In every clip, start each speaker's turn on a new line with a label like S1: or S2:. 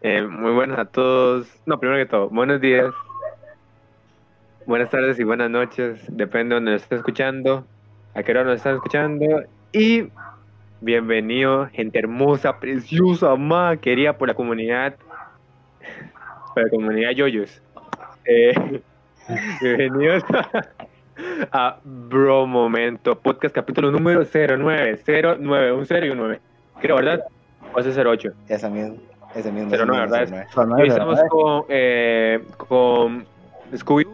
S1: Eh, muy buenas a todos. No, primero que todo, buenos días, buenas tardes y buenas noches. Depende de donde nos estén escuchando, a qué hora nos están escuchando. Y bienvenido, gente hermosa, preciosa, más querida por la comunidad, por la comunidad Yoyos. Eh, bienvenidos a, a Bro Momento, podcast capítulo número 09, 09, un 0 y un 9. Creo, ¿verdad? O ese 08.
S2: Esa misma. Ese mismo.
S1: Pero no,
S2: ese mismo,
S1: ¿verdad?
S2: ese mismo.
S1: Hoy estamos con, eh, con Scooby.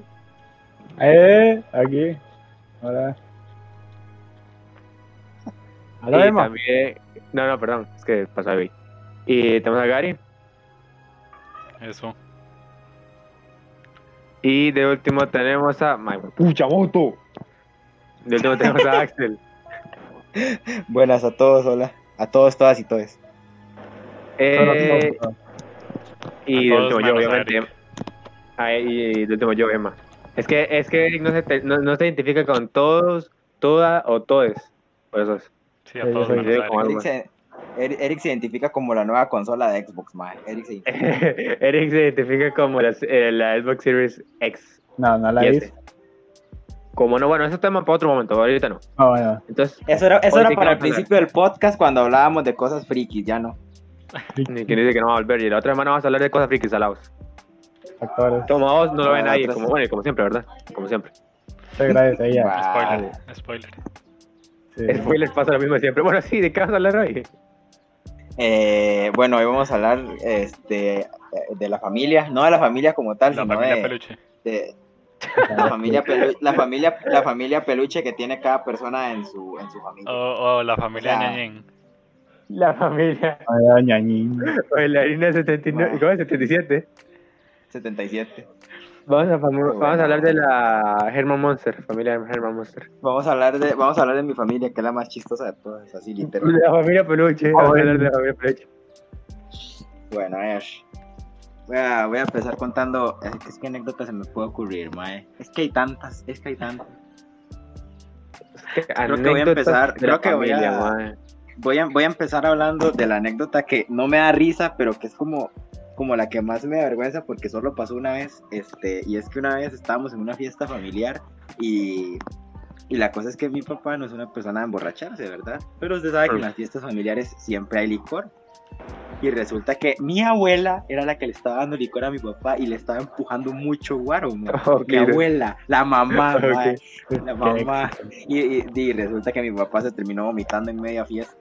S3: Eh, aquí. Hola.
S1: y
S3: Hola, Emma.
S1: también. No, no, perdón, es que pasó ahí. Y tenemos a Gary.
S4: Eso.
S1: Y de último tenemos a. ¡May, pucha moto! De último tenemos a Axel.
S2: Buenas a todos, hola. A todos, todas y todes.
S1: Eh, y de
S4: A todos
S1: último yo,
S4: menos a
S1: obviamente.
S4: Eric.
S1: Ah, y y de último yo, Emma. Es que, es que Eric no se, te- no, no se identifica con todos, toda o todes. Por eso es.
S4: Sí, a
S3: Sí, yo
S4: todos
S3: soy
S4: menos a
S1: Diego.
S4: Eric.
S1: Algo
S2: Eric se, Eric- Eric se identifica como la nueva consola de Xbox, mae. Eric se
S1: Eric se identifica como las- eh, la Xbox Series X.
S3: No, no la
S1: y
S3: hice.
S1: S. Como no, bueno, ese tema para otro momento, ahorita no.
S3: Ah, bueno.
S1: Entonces,
S2: Eso era, eso
S1: Hoy
S2: era
S1: sí que
S2: para el
S1: vamos a hablar.
S2: principio del podcast cuando hablábamos de cosas frikis, ya no.
S1: ni quien dice que no va a volver. Y la otra semana vamos a hablar de cosas frikis alados.
S3: Actores.
S1: Toma vos, no lo ve
S2: Ah,
S1: nadie.
S2: otras-
S1: Como, bueno, y como siempre, ¿verdad? Como siempre.
S3: Muchas gracias a ella.
S2: Vale.
S4: Spoiler, spoiler.
S3: Sí.
S1: El spoiler pasa lo mismo de siempre. Bueno, sí, ¿de qué vas a hablar hoy?
S2: Eh, bueno, hoy vamos a hablar este, eh, de la familia, no de la familia como tal,
S4: La
S2: sino
S4: familia
S2: de,
S4: peluche.
S2: de- la familia pelu- la familia, la familia peluche que tiene cada persona en su, en su
S4: O
S2: familia.
S4: o la familia
S2: O sea,
S4: Ñañén.
S1: La familia.
S3: Ay, doña Ñi.
S1: Bailarina 79.
S2: Ah.
S1: ¿Cómo es? 77.
S2: 77.
S1: Vamos a, famo-
S2: Bueno.
S1: vamos a hablar de la Herman Monster. Familia Herman Monster.
S2: Vamos a hablar de, vamos a hablar de mi familia, que es la más chistosa de todas, así literal.
S1: La familia Peluche. Vamos a hablar de la familia Peluche.
S2: Bueno, Ash. Voy a, voy a empezar contando. Es que, es que anécdota se me puede ocurrir, mae. Es que hay tantas, es que hay tantas. Creo que voy a empezar-
S1: Anécdotas de
S2: creo
S1: la
S2: que voy a-
S1: familia, mae.
S2: Voy a, voy a empezar hablando de la anécdota que no me da risa, pero que es como, como la que más me da vergüenza porque solo pasó una vez. Este, y es que una vez estábamos en una fiesta familiar y, y la cosa es que mi papá no es una persona de emborracharse, ¿verdad? Pero usted sabe que en las fiestas familiares siempre hay licor. Y resulta que mi abuela era la que le estaba dando licor a mi papá y le estaba empujando mucho guaro, ¿no?
S1: Ok,
S2: Mi abuela, la mamá,
S1: Ok.
S2: mae, la mamá. Y, y- y resulta que mi papá se terminó vomitando en media fiesta.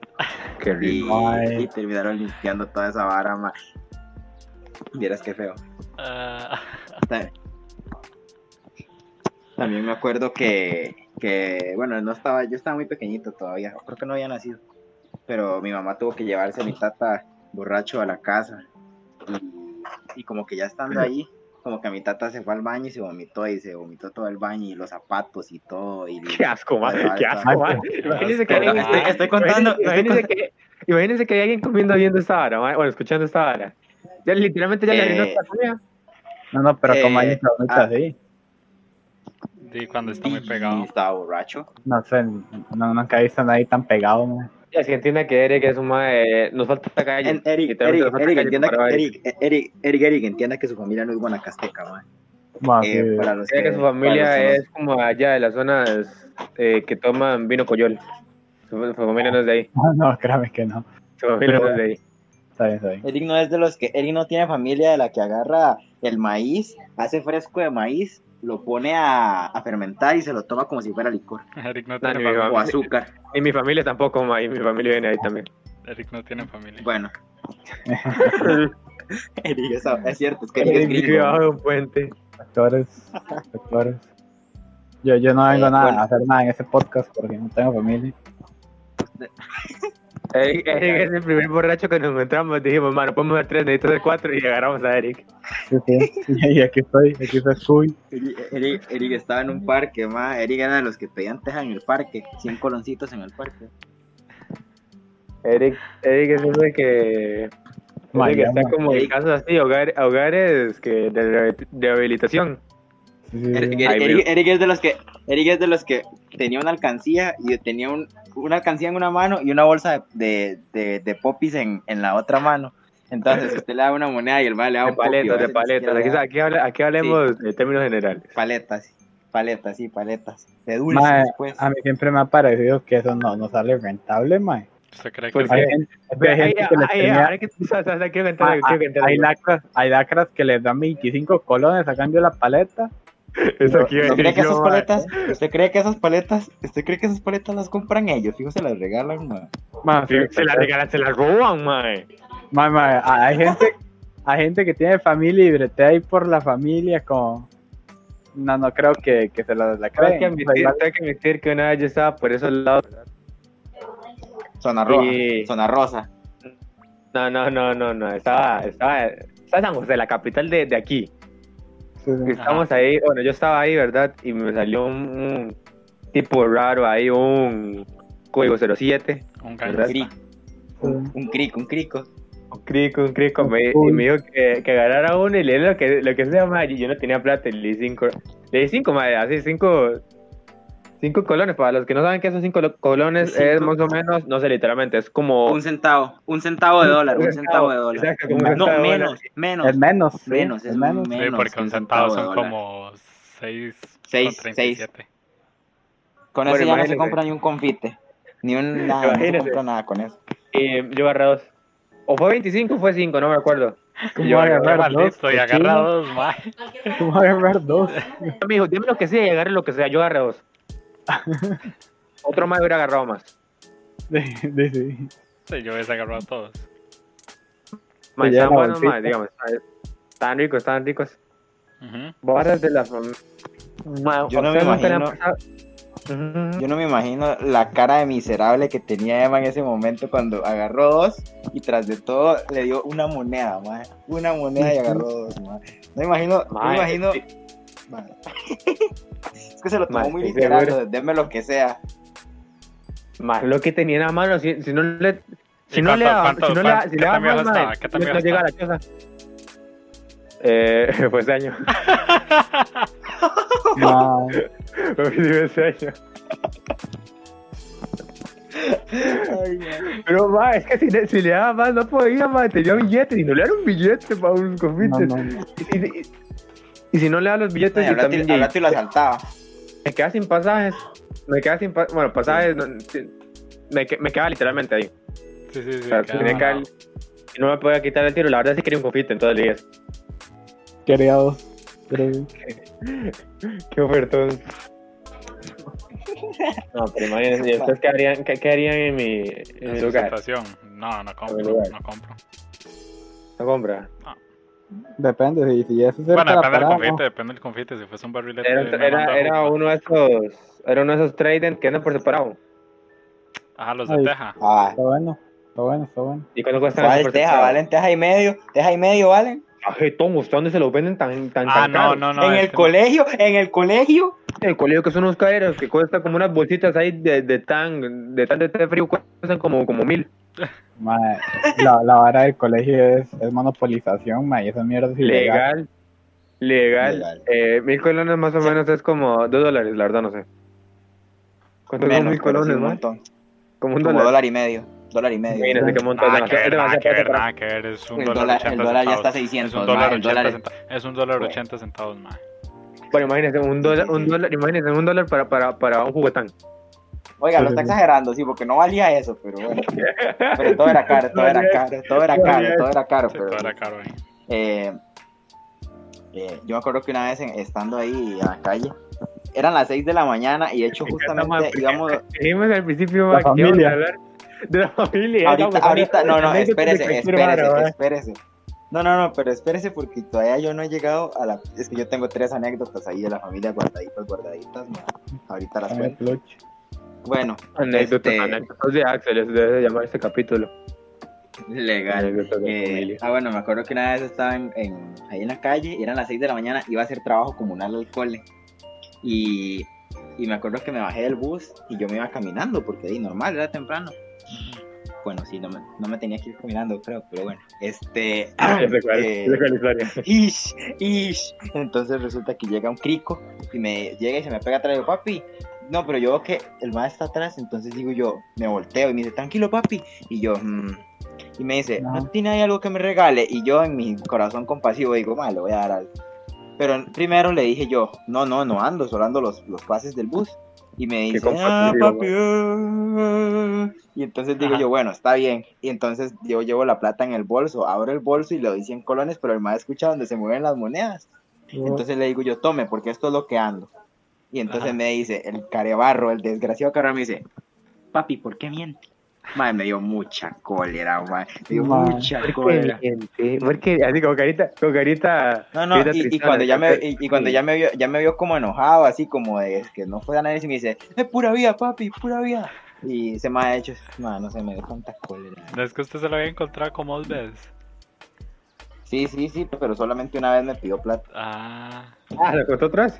S1: Qué
S2: Y,
S1: rico.
S3: Ay.
S2: y terminaron limpiando toda esa vara, ma. Vieras qué feo.
S4: Ah,
S2: Ta- También me acuerdo que, que, bueno, no estaba, yo estaba muy pequeñito todavía, creo que no había nacido. Pero mi mamá tuvo que llevarse a mi tata borracho a la casa. Y, y como que ya estando ahí, como que mi tata se fue al baño y se vomitó, y se vomitó todo el baño, y los zapatos y todo. Y,
S1: Qué asco, ma,
S2: Ay,
S1: qué
S2: ay,
S1: asco,
S3: ay.
S1: ma. Imagínense
S4: Este,
S1: que alguien-
S2: Estoy-
S4: ah,
S2: estoy contando, estoy
S1: Imagínense que, imagínense que hay alguien comiendo viendo esta hora, ma, bueno, escuchando esta hora. Ya literalmente ya le
S2: Eh,
S1: arruinó esta comida.
S3: No, no, pero
S2: Eh,
S3: como hay
S2: ah.
S3: ahorita, sí.
S4: sí, cuando está muy
S2: y
S4: pegado.
S2: estaba borracho.
S3: No sé, no, nunca he visto a nadie tan pegado. ¿no?
S1: Ya se entiende que Eric es un mae, nos falta calle.
S2: En- Eric,
S1: Literalmente
S2: Eric,
S1: nos falta
S2: Eric,
S1: calle
S2: entienda
S1: para
S2: que,
S1: ver.
S2: Eric, eh, Eric, Eric, Eric, entienda que su familia no es guanacasteca, man.
S3: Bueno,
S2: Eh,
S3: Ah, sí.
S2: para los que,
S1: Creo que su familia
S2: para los que
S1: es como allá de las zonas eh, que toman vino coyol. Su, su familia no es de ahí.
S3: No, créame que no.
S1: Su familia no es de ahí.
S3: Está bien, está bien.
S2: no- Eric no es de los que, Eric no tiene familia de la que agarra el maíz, hace fresco de maíz, lo pone a, a fermentar y se lo toma como si fuera licor
S4: Eric no
S1: No,
S4: tiene
S1: ni mi
S2: o
S1: mamá.
S4: familia.
S2: azúcar.
S1: Y mi familia tampoco, ma, y mi familia viene ahí también.
S4: Eric no tiene familia.
S2: Bueno, Eric es, es cierto, es que Eric es
S1: Eric vive
S2: gringo.
S1: abajo
S2: man.
S1: de un puente.
S3: Actores, actores. Yo, yo no vengo
S2: Eh,
S3: nada,
S2: bueno.
S3: a hacer nada en ese podcast porque no tengo familia.
S1: Eric, Eric es el primer borracho que nos encontramos. Dijimos, mano, podemos hacer tres, necesito hacer cuatro y agarramos a Eric.
S3: Sí, sí. Y aquí estoy, aquí estoy Scooby.
S2: Eric, Eric- Eric estaba en un parque, man. Eric era de los que pedían teja en el parque, 100 coloncitos en el parque.
S1: Eric, Eric es ese que, ese que
S3: Miami.
S1: está como en
S2: Eric.
S1: casos así, hogar- hogares que de, re- de rehabilitación.
S3: Sí, sí,
S2: Eric,
S3: sí.
S1: Ay,
S2: Eric-
S1: mira.
S2: Eric es de los que Eric es de los que tenía una alcancía y tenía un- una alcancía en una mano y una bolsa de, de, de- de popis en, en la otra mano. Entonces, usted le da una moneda y el mal le da
S1: De
S2: un popio,
S1: paletas,
S2: a
S1: de
S2: veces ni siquiera
S1: paletas.
S2: le
S1: Aquí,
S2: da.
S1: aquí, habla- aquí hablemos de términos generales.
S2: Paletas, sí. paletas, sí, paletas. De dulces,
S3: Mae,
S2: pues.
S3: a mí siempre me ha parecido que eso no, no sale rentable, mae.
S4: ¿Usted cree que
S1: Pues,
S4: sí?
S3: Hay gente, es que hay gente que le
S1: Ay, ay,
S3: tenía-
S1: ahora que- o sea, o sea, quiero
S3: Ah,
S1: entrar,
S3: ah,
S1: quiero entrar.
S3: Hay lacras, hay lacras que les dan 25 colones a cambio de la paleta.
S1: Eso aquí iba a
S2: ¿Usted cree
S1: decir
S2: que esas
S1: yo, madre.
S2: paletas, usted cree que esas paletas, usted cree que esas paletas las compran ellos, fijo se las regalan, ma.
S3: Mae,
S1: Sí, Se las regalan, se las roban, mae.
S3: mae, mae, hay gente, hay gente que tiene familia y bretea ahí por la familia como no, no creo que, que se la,
S1: Tengo
S3: la
S1: que
S3: creen. O sea,
S1: admitir,
S3: igual-
S1: tengo que admitir que una vez yo estaba por esos lados.
S2: Zona roja,
S1: y-
S2: zona rosa.
S1: No, no, no, no, no. Estaba, estaba, estaba San José, la capital de, de aquí.
S3: sí,
S1: Y
S3: sí.
S1: Estamos ahí, bueno, yo estaba ahí, ¿verdad? Y me salió un, un tipo raro ahí, un código 07.
S4: Un
S2: Un
S1: ¿Verdad?
S4: gallo.
S2: crico, un crico, un crico.
S1: Un crico, un crico. Me, y me dijo que, que agarrara uno y le di lo que, lo que sea, madre. y Yo no tenía plata y le di cinco. Le di cinco, madre, así cinco. Cinco colones, para los que no saben que esos cinco lo- colones es
S2: Cinco.
S1: más o menos, no sé, literalmente, es como...
S2: Un centavo, un centavo de dólar, un centavo de dólar.
S1: Exacto, como un
S2: No,
S1: centavo de dólar.
S2: menos, menos,
S3: Es menos, sí,
S2: menos, es
S3: es menos.
S4: Sí,
S2: menos
S4: porque
S2: que
S4: un centavo
S2: de
S4: son
S2: dólar.
S4: como 6
S2: Seis, Con
S1: Bueno,
S2: eso ya no se
S1: imagínese.
S2: compra ni un confite, ni un nada, no se
S1: Imagínese.
S2: compra nada con eso.
S1: Eh, yo agarré dos. O fue 25 o fue 5, no me acuerdo.
S3: ¿Cómo
S4: Yo
S3: va a agarrar
S4: agarré
S3: dos,
S4: maldito y
S3: cochino?
S4: agarrados, ma.
S3: ¿Cómo va a agarrar dos?
S1: Me dijo, dime lo que sea y agarre lo que sea. Yo agarré dos. Otro más hubiera agarrado más.
S3: Sí, sí, sí.
S4: Sí, yo hubiese agarrado a todos.
S2: Pues
S1: Más
S3: lleva
S1: están
S3: la
S1: buenos,
S3: bolsita.
S1: más, digamos. Están ricos, están ricos.
S4: Ujú.
S1: Barras de la familia.
S2: Yo no me imagino- Yo no me imagino la cara de miserable que tenía Emma en ese momento cuando agarró dos y tras de todo le dio una moneda, ma. Una moneda y agarró dos, ma. No me imagino, no me
S1: Mae,
S2: imagino.
S1: eh,
S2: Ma. Es que se lo tomó
S1: Mae,
S2: muy
S1: estoy
S2: literal,
S1: eh, seguro.
S2: lo de denme lo que sea.
S1: Más lo que tenía en la mano, si, si no le. Si
S4: ¿Y
S1: no le
S4: cuánto-
S1: daba-
S4: cuánto-
S1: si no le da-
S4: cuánto-
S1: si
S4: qué
S1: le daba
S4: tamaño
S1: más,
S4: estaba?
S1: madre,
S4: ¿Qué
S1: no-
S4: tamaño
S1: no llega a la choza. Eh, fue ese año.
S3: Mae.
S1: fue ese año.
S2: Ay, ma.
S1: Pero, ma, es que si le, si le daba más, no podía, ma. Tenía billetes. Y no le dieron un billete para un
S3: No,
S1: confite.
S3: no, no.
S1: Y, si- y- y si no le da los billetes,
S2: Ay,
S1: yo
S2: al rato-
S1: también
S2: al rato y lo asaltaba.
S1: me queda sin pasajes. Me queda sin pa- Bueno, pasajes. no- si- me, que- me quedaba literalmente ahí.
S4: Sí, sí, sí.
S1: O sea,
S4: quedaba
S1: tenía que-
S4: agarrado.
S1: y no me podía quitar el tiro. La verdad, sí quería un confite. Entonces le dije,
S3: Quería dos. tres.
S1: qué ofertón. No, pero imagínense, ¿y ustedes qué harían, qué, qué harían en mi, en mi
S4: En su
S1: lugar?
S4: situación. No, no compro,
S1: lugar.
S4: no compro.
S1: No compra.
S3: Depende, si, si eso es
S4: Bueno,
S3: cerca de la
S4: depende del
S3: parada,
S4: confite, depende del confite. Si fuese un barrilete,
S1: Era,
S4: me manda
S1: era, era
S4: ropa.
S1: uno de esos. Era uno de esos traders que andan por separado.
S4: Ajá, los de
S3: Ay.
S4: Teja.
S2: Ah,
S3: Está bueno, está bueno, está bueno.
S1: ¿Y cuánto cuestan esos
S2: ¿Cuál
S1: por
S2: teja?
S1: separado?
S2: ¿Valen teja y medio? ¿Teja y medio valen?
S1: Ay, Tom, ¿usted dónde se los venden tan, tan,
S4: Ah,
S1: tan
S4: no,
S1: caros?
S4: no, no.
S2: en
S4: este
S2: el
S4: no.
S2: colegio, en el colegio.
S1: En el colegio que son unos caeros que cuesta como unas bolsitas ahí de, de tan de tan de té frío cuestan como, como mil.
S3: Mae, la, la vara del colegio es, es monopolización, mae, y esa mierda es ilegal.
S1: Legal, legal.
S2: Legal.
S1: Eh, mil colones más o menos es como dos dólares, la verdad no sé. ¿Cuánto son
S2: Menos,
S1: mil
S2: pero sí,
S1: colones,
S2: un
S1: ¿no?
S2: montón.
S1: Como un
S2: Como
S1: dólar.
S2: dólar y medio. Dólar y medio.
S1: Imagínate qué montón.
S4: Nada
S1: demasiado-
S4: que ver, nada
S1: demasiado
S4: que ver,
S1: plata
S4: nada que ver, es un
S2: El
S4: dólar,
S2: dólar,
S4: 80
S2: el dólar ya está
S4: centavos.
S2: 600,
S4: Es un
S2: ma,
S4: dólar
S2: el
S4: 80
S2: dólar-
S4: centavos. Es un dólar 80 centavos, ma.
S1: para- Bueno, imagínate un dólar,
S2: Sí, sí,
S1: un
S2: sí.
S1: dólar, imagínate un dólar para, para, para un juguetán.
S2: Oiga, lo
S3: Sí,
S2: está
S3: sí, sí.
S2: exagerando, sí, porque no valía eso, pero bueno. Pero todo era caro, todo era caro, todo era caro, todo era caro,
S4: Sí,
S2: pero
S4: todo era caro ahí.
S2: eh, eh, yo me acuerdo que una vez en- estando ahí en la calle, eran las 6 de la mañana y de hecho justamente íbamos...
S1: Dijimos al principio
S3: La
S1: ma, que íbamos
S3: familia.
S1: a hablar de la familia.
S2: Ahorita,
S1: Vamos a hablar
S2: ahorita,
S1: de
S2: no,
S1: la
S2: no,
S1: anécdota de
S2: espérese,
S1: cualquier vara,
S2: espérese,
S1: ¿verdad?
S2: espérese. No, no, no, pero espérese porque todavía yo no he llegado a la... Es que yo tengo tres anécdotas ahí de la familia guardaditas, guardaditas, ma. ahorita las
S3: Mae,
S2: cuento.
S3: pluch.
S2: Bueno,
S1: Anécdotas,
S2: Este-
S1: anécdotas de Axel, eso debe llamar este capítulo.
S2: legal.
S1: Anécdotas de
S2: Eh,
S1: familia.
S2: ah, bueno, me acuerdo que una vez estaba en, en- ahí en la calle, eran las 6 de la mañana, iba a hacer trabajo comunal al cole. Y, y me acuerdo que me bajé del bus y yo me iba caminando, porque di normal, era temprano. Bueno, sí, no me, no me tenía que ir caminando, creo, pero bueno. Este.
S1: Ya sé cuál-
S2: eh,
S1: ya sé cuál historia.
S2: ish, ish. Entonces resulta que llega un crico y me llega y se me pega atrás y digo, papi. No, pero yo veo que el maestro está atrás, entonces digo yo, me volteo y me dice, tranquilo, papi. Y yo, "Mm". y me dice,
S3: Ajá.
S2: ¿no tiene ahí algo que me regale? Y yo en mi corazón compasivo digo, ma, le voy a dar algo. Pero primero le dije yo, no, no, no ando, solo ando los, los pases del bus. Y me dice, ah, papi.
S1: compasivo,
S2: ah". Y entonces digo
S4: Ajá.
S2: yo, bueno, está bien. Y entonces yo llevo la plata en el bolso, abro el bolso y le doy 100 colones, pero el más escucha donde se mueven las monedas. Entonces le digo yo, tome, porque esto es lo que ando. Y entonces
S4: Ajá.
S2: me dice, el carebarro, el desgraciado que ahora me dice, papi, ¿por qué miente? Madre, me dio mucha cólera, madre. Me dio
S3: Madre,
S2: mucha
S1: Porque
S2: cólera.
S1: miente, porque así con carita, con carita.
S2: No, no,
S1: carita
S2: y- y,
S1: tristona,
S2: cuando ya me, y,
S1: entonces,
S2: y cuando
S1: sí.
S2: ya me vio, ya me vio como enojado, así como de es que no fue a nadie, y me dice, es pura vida, papi, pura vida. Y se me ha hecho, madre, no se me dio tanta cólera.
S4: No es que usted se lo había encontrado como dos veces.
S2: Sí, sí, sí, pero solamente una vez me pidió plata.
S4: Ah,
S1: Ah, ¿lo contó atrás?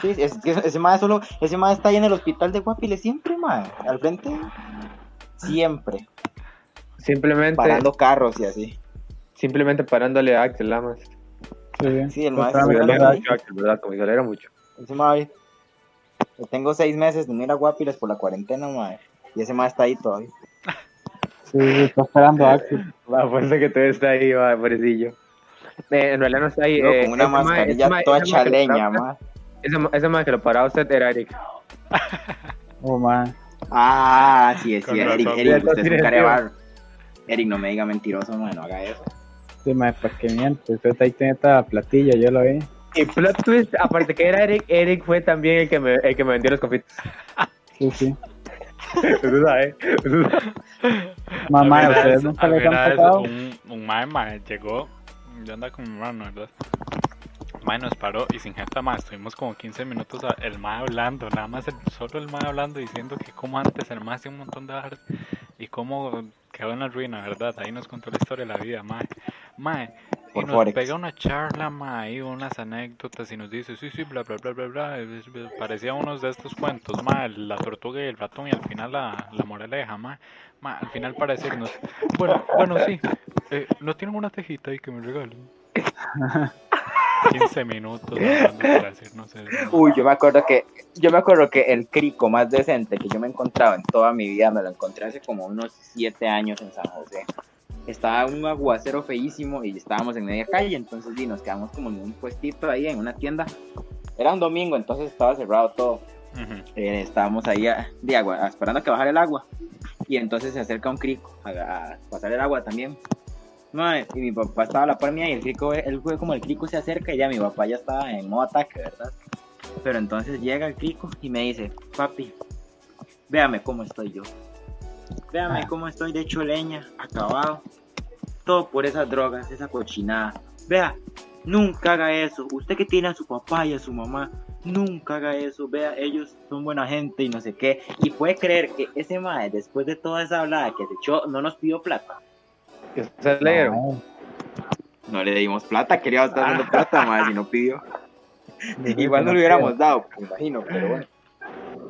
S2: Sí, es que ese madre solo, ese madre está ahí en el hospital de Guapile siempre, madre, al frente, siempre.
S1: Simplemente,
S2: parando carros y así.
S1: simplemente parándole a Axel Lamas.
S2: Ah, Sí, el
S3: Pues,
S2: maestro
S1: Me
S3: me
S2: se
S1: dolera
S3: acuerdo.
S1: mucho, Axel, ¿verdad? Como me dolera mucho.
S2: Ese madre. yo Tengo seis meses de no ir a Guapiles por la cuarentena, madre. Y ese madre está ahí todavía.
S3: Sí, sí, está esperando a Axel.
S1: Va, por
S2: pues,
S1: eso que todo está ahí, va, pobrecillo. Eh, en realidad no está ahí.
S2: Luego
S1: eh,
S2: con una
S1: ese mae-
S2: mascarilla
S1: ese mae-
S2: toda
S1: ese mae que lo
S2: chaleña,
S1: paraba-
S2: madre.
S1: Ese, ma- ese mae que lo paraba usted era Eric.
S3: Oh, man.
S2: Ah, sí, sí,
S4: Con
S2: Eric,
S4: razón,
S2: Eric,
S1: ya
S2: usted es un
S1: tiene
S2: carebar. Eric, no me diga mentiroso, madre, no haga eso.
S3: Sí, mae, ¿por qué miente? Usted ahí tiene esta platilla, yo lo vi.
S1: Y plot twist, aparte que era Eric, Eric fue también el que me, el que me vendió los confites.
S3: Sí, sí.
S1: Usted sabe. usted sabe.
S3: Mamá,
S4: a mí una
S3: ¿ustedes
S4: vez-
S3: nunca
S4: a mí
S3: les han
S4: una vez
S3: pasado?
S4: Un, un mae, mae, llegó, yo andaba con mi hermano, ¿verdad? Mae nos paró y sin gente más, estuvimos como 15 minutos a- el mae hablando, nada más el- solo el mae hablando, diciendo que como antes el mae hacía un montón de arte y cómo quedó en la ruina, ¿verdad? Ahí nos contó la historia de la vida, mae. Mae, y
S2: Por
S4: nos
S2: Forex.
S4: pega una charla, mae, y unas anécdotas y nos dice, sí, sí, bla, bla, bla, bla, bla. eh, eh, Parecía unos de estos cuentos, mae, la tortuga y el ratón y al final la, la moraleja, mae. Ma, al final para decirnos, bueno, bueno, sí, eh, ¿no tienen una tejita ahí que me regalen? 15 minutos hablando para decirnos eso.
S2: Uy, yo me acuerdo que, yo me acuerdo que el crico más decente que yo me he encontrado en toda mi vida, me lo encontré hace como unos siete años en San José. Estaba un aguacero feísimo y estábamos en media calle, entonces sí, nos quedamos como en un puestito ahí, en una tienda. Era un domingo, entonces estaba cerrado todo.
S4: Ujú.
S2: Eh, estábamos ahí a- de agua, esperando a que bajara el agua. Y entonces se acerca un crico a, a pasar el agua también. Mae, y mi papá estaba a la par mía y el crico, él fue como el crico se acerca y ya mi papá ya estaba en modo ataque, ¿verdad? Pero entonces llega el crico y me dice, papi, véame cómo estoy yo. Véame
S3: Ah.
S2: cómo estoy de hecho leña, acabado. Todo por esas drogas, esa cochinada. Vea, nunca haga eso. Usted que tiene a su papá y a su mamá, nunca haga eso, vea, ellos son buena gente y no sé qué. Y puede creer que ese mae, después de toda esa hablada que se echó, no nos pidió plata.
S1: Y usted le dieron.
S3: No,
S2: No le dimos plata, quería estar dando plata, mae, y no pidió.
S3: sí,
S2: Igual
S3: sí,
S2: no
S3: sí.
S2: lo hubiéramos dado, me imagino, pero bueno.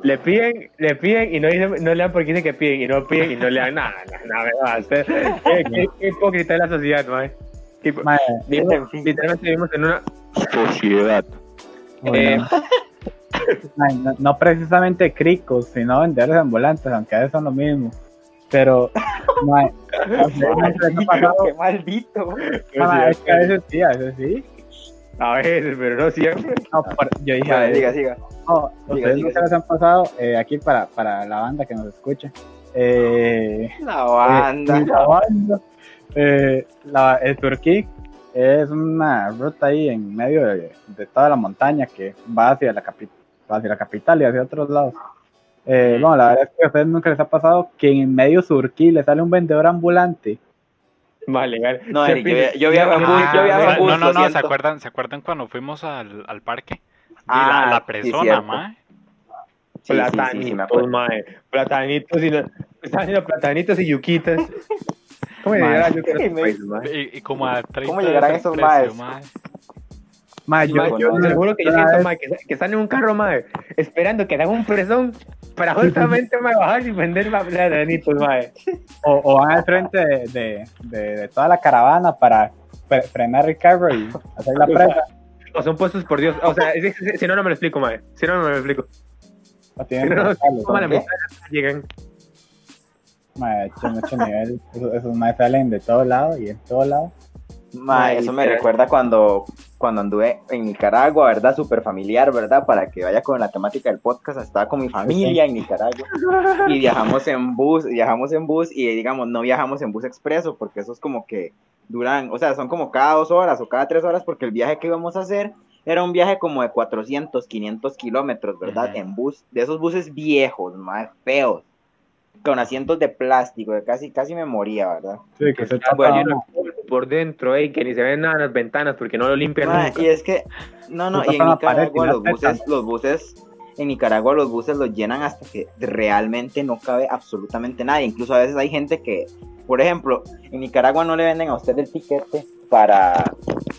S1: Le piden, le piden y no, dicen- no le dan porque dicen que piden y no piden y no le dan nada. nada, nada, nada. Usted- qué, qué- qué hipócrita es la sociedad, mae. Qué hipo-
S3: Mae,
S1: Vivimos-
S2: en fin.
S1: Literalmente vivimos en una sociedad.
S3: bueno. Eh, Ay, no, no precisamente cricos, sino vendedores ambulantes, aunque a veces son lo mismo. Pero, mae, o sea, no sé, me ha pasado-
S2: Qué maldito.
S3: mae, es que a veces sí, a veces sí.
S1: A veces, pero no siempre.
S3: No, por- yo dije, a
S2: Ah, Bueno, siga,
S3: veces
S2: siga.
S3: no,
S2: Diga,
S3: ustedes
S2: diga,
S3: nunca les han pasado eh, aquí para, para la banda que nos escucha. Eh,
S2: La banda.
S3: eh, la banda, eh, la- el Turquí es una ruta ahí en medio de, de toda la montaña que va hacia la, capi- va hacia la capital y hacia otros lados. Eh, bueno, la verdad es que a ustedes nunca les ha pasado que en medio surquí le sale un vendedor ambulante.
S1: Más legal.
S2: No,
S1: Se
S2: Eric, yo
S1: piden-
S2: via- yo viajo en bus, yo
S4: Ah,
S2: viajo
S4: o sea,
S2: en bus.
S4: no, no,
S2: lo
S4: no, ¿se
S2: siento.
S4: acuerdan, ¿se acuerdan cuando fuimos al, al parque? Y
S2: Ah,
S4: la, la
S2: sí,
S4: persona,
S2: cierto.
S4: mae.
S2: Sí, sí, sí, sí, me
S1: platanitos, pues,
S2: acuerdo.
S1: mae. Platanitos y no- están haciendo platanitos y yuquitas. ¿Cómo le
S3: Mae.
S1: dirá yuquitas a
S2: Sí,
S1: tu
S2: me-
S1: país, mae?
S4: Y, y como a 30
S2: llegarán
S4: veces el
S2: esos maes?
S4: precio, mae.
S3: Ma,
S2: Sí,
S1: Mae,
S2: mae,
S1: yo
S2: no,
S1: te juro que yo
S3: una
S1: siento,
S3: vez-
S1: mae, que, que están en un carro, mae, esperando que hagan un presón para justamente, mae, bajar y vender ma- platanitos, mae.
S3: o, o van al frente de, de- de- de toda la caravana para fre- frenar el carro y hacer la presa.
S1: O son puestos por Dios. O sea, es- es- si no, no me lo explico, mae. Si no, no me lo explico.
S3: O
S1: Si
S3: tienen
S1: no, no,
S3: que sacarlo.
S1: ¿cómo a la
S2: ¿Qué?
S1: mitad llegan?
S3: Mae, ha hecho mucho nivel. Esos, esos mae salen de todo lado y en todo lado.
S2: Ma,
S1: Ay,
S2: eso me
S1: literal.
S2: recuerda cuando, cuando anduve en Nicaragua, ¿verdad? Súper familiar, ¿verdad? Para que vaya con la temática del podcast, estaba con mi familia en Nicaragua y viajamos en bus, viajamos en bus y digamos, no viajamos en bus expreso porque eso es como que duran, o sea, son como cada dos horas o cada tres horas porque el viaje que íbamos a hacer era un viaje como de 400, 500 kilómetros, ¿verdad?
S4: Ajá.
S2: En bus, de esos buses viejos, más feos, con asientos de plástico, que casi, casi me moría, ¿verdad?
S3: Sí, que se
S1: Güey,
S3: tapa
S1: hay una curva por dentro, ey, que ni se ven nada las ventanas porque no lo limpian
S2: Ma,
S1: nunca.
S2: y es que, no, no, y
S3: Te
S2: en
S3: tapan la pared
S2: Nicaragua
S3: y la
S2: los buses, los buses, en Nicaragua los buses los llenan hasta que realmente no cabe absolutamente nadie. Incluso a veces hay gente que, por ejemplo, en Nicaragua no le venden a usted el tiquete para,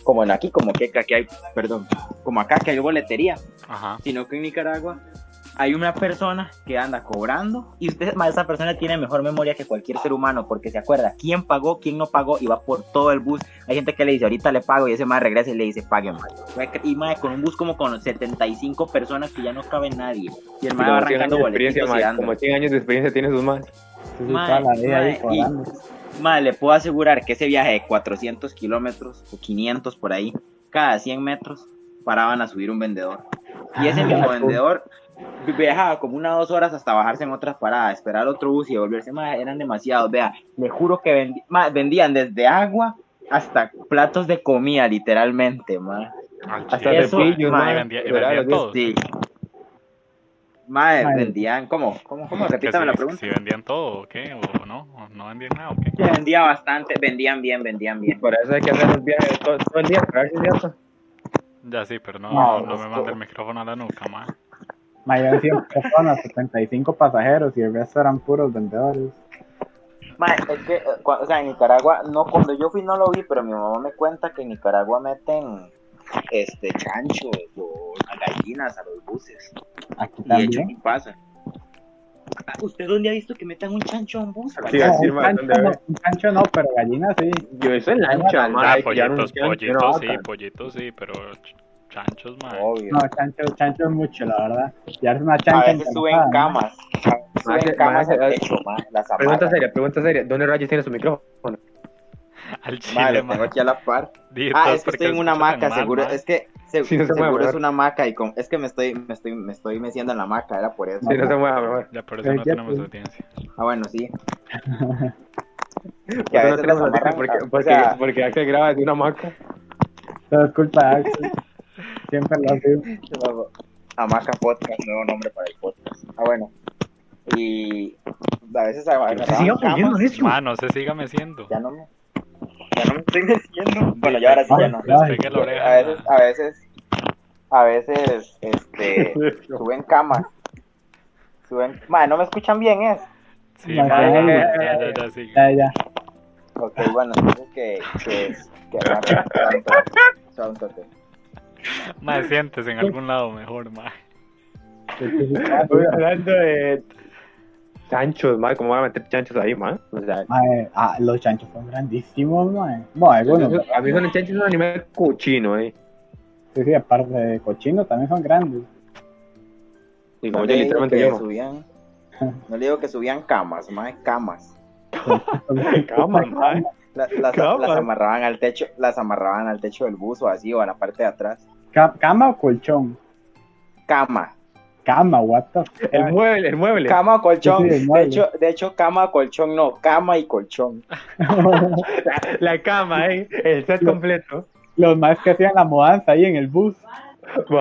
S2: como en aquí, como que, que aquí hay, perdón, como acá que hay boletería,
S4: Ajá.
S2: sino que en Nicaragua hay una persona que anda cobrando y usted, ma, esa persona tiene mejor memoria que cualquier ser humano porque se acuerda quién pagó, quién no pagó y va por todo el bus. Hay gente que le dice, ahorita le pago y ese más regresa y le dice, pague más. Y mae, con un bus como con 75 personas que ya no cabe nadie. Y el mae va
S1: Como 100
S2: arrancando
S1: años de experiencia,
S2: boletitos y
S1: mae,
S2: dando.
S1: como 100 años de experiencia tiene sus más.
S3: Sí, sí,
S2: Mae,
S3: toda la vida ahí
S2: mae, y-
S3: cobrando.
S2: Madre, le puedo asegurar que ese viaje de 400 kilómetros o 500 por ahí, cada 100 metros paraban a subir un vendedor. Y
S3: Ah,
S2: ese mismo vendedor viajaba como unas dos horas hasta bajarse en otra parada, esperar otro bus y devolverse. Madre, eran demasiados. Vea, le juro que vendi- mae, vendían desde agua hasta platos de comida, literalmente. Madre.
S4: Al
S1: Hasta
S4: chile. pues,
S2: Eso,
S1: cepillos,
S2: mae,
S1: mae,
S4: vendía-
S1: de verdad,
S4: vendía
S1: los días-
S4: todo.
S2: Sí. Madre,
S3: Mae.
S2: vendían, ¿cómo? ¿Cómo? cómo?
S4: Que
S2: Repítame
S4: si-
S2: la pregunta.
S4: Si vendían todo o qué, o no, o no vendían nada o qué.
S2: Que Vendía bastante, vendían bien, vendían bien.
S1: Por eso hay que hacer los viajes todo, todo el día, para ver si es cierto.
S4: Ya sí, pero no,
S3: No,
S4: no, no
S3: pues,
S4: me
S3: todo.
S4: manda el micrófono a la nuca, ma.
S3: Mae, eran 100 personas, 75 pasajeros y el resto eran puros vendedores.
S2: Mae, es que, eh, cua- o sea, en Nicaragua, no, cuando yo fui no lo vi, pero mi mamá me cuenta que en Nicaragua meten este chanchos o gallinas a los buses.
S3: Aquí
S2: Y de hecho,
S3: también.
S2: ¿qué pasa? Ah, ¿Usted dónde ha visto que metan un chancho a un bus? Ah,
S1: Sí,
S3: No,
S1: así,
S3: un,
S1: mae,
S3: chancho,
S1: donde
S3: no,
S1: ve.
S3: un chancho no, pero gallina sí.
S1: Yo
S2: Pues
S1: eso en lancha, mae,
S4: Ah,
S1: hay que llevar un
S4: pollitos,
S1: chancho,
S4: pollitos,
S1: una
S4: sí,
S1: vaca.
S4: pollitos, sí, pero ch- chanchos, ma.
S2: Obvio.
S3: No, chancho, chancho es mucho, la verdad. Llevarse una
S2: a
S3: chancha.
S2: veces suben
S3: empanizada, ¿no?
S2: camas. Suben
S1: Mae,
S2: camas
S1: mae,
S2: al techo, mae, Las
S1: ah, Pregunta
S2: amarran.
S1: seria, pregunta seria. ¿Dónde rayos tiene su micrófono?
S4: Al chile,
S2: Mae, lo
S4: ma.
S2: tengo aquí a la par.
S4: Di,
S2: Ah,
S4: entonces,
S2: es que
S4: ¿por qué
S2: estoy en una
S4: escucha tan
S2: hamaca,
S4: mal,
S2: seguro.
S4: ma?
S2: Es que se-
S1: Sí, no se puede
S2: seguro
S1: mover.
S2: es una hamaca y con- es que me estoy, me estoy, me estoy meciendo en la hamaca, era por eso.
S1: Si no se mueva, mejor.
S4: Ya por eso
S3: Eh,
S4: no
S3: ya,
S4: tenemos
S3: pues.
S4: audiencia.
S2: Ah, bueno, sí. Que
S1: Nosotros
S2: a veces
S1: no tenemos la
S2: las
S1: tele
S2: amarran,
S1: porque,
S2: o
S1: porque,
S2: sea-
S1: porque Axel graba de una hamaca.
S3: Todo es culpa de Axel. Siempre lo ha sido.
S2: Hamaca Podcast, nuevo nombre para el podcast. Ah, bueno. Y a veces agarraban camas.
S4: Ma, no se siga meciendo.
S2: Ya no me, ya no me estoy metiendo. Bueno, ya ahora sí, ya no.
S4: Despegue la
S2: A
S4: oreja.
S2: veces, ah, a veces, a veces, este, suben camas. Suben, madre, no me escuchan bien, ¿eh? es.
S4: Sí,
S3: Ya,
S4: ma,
S3: ya,
S4: ya, ya, ya, sí.
S3: Ya, ya.
S2: Ok, bueno, entonces que, que, que amarren tanto, tanto que-
S4: Ma, siéntese en algún lado mejor, ma.
S1: hablando de chanchos, mae, ¿cómo van a meter chanchos ahí, mae? O sea,
S3: Mae, ah, los chanchos son grandísimos, mae. Bueno, algunos.
S1: eso- a mí son chanchos es un animal cochino, eh.
S3: Sí, sí, aparte de cochinos también son grandes.
S1: Y
S2: No
S1: como
S2: le
S1: yo
S2: digo
S1: literalmente
S2: que
S1: llevo.
S2: subían, no le digo que subían camas, madre, camas.
S1: Cama, mae.
S2: La- las,
S1: Cama.
S2: las amarraban al techo, las amarraban al techo del bus o así, o a la parte de atrás.
S3: Ca- ¿Cama o colchón?
S2: Cama,
S3: Cama, what the fuck.
S1: El mueble, el mueble.
S2: cama o colchón.
S3: Sí, sí,
S2: de,
S3: mueble.
S2: hecho, de hecho, cama o colchón no, cama y colchón.
S1: La, la cama, eh. El set completo.
S3: los más que hacían la mudanza ahí en el bus.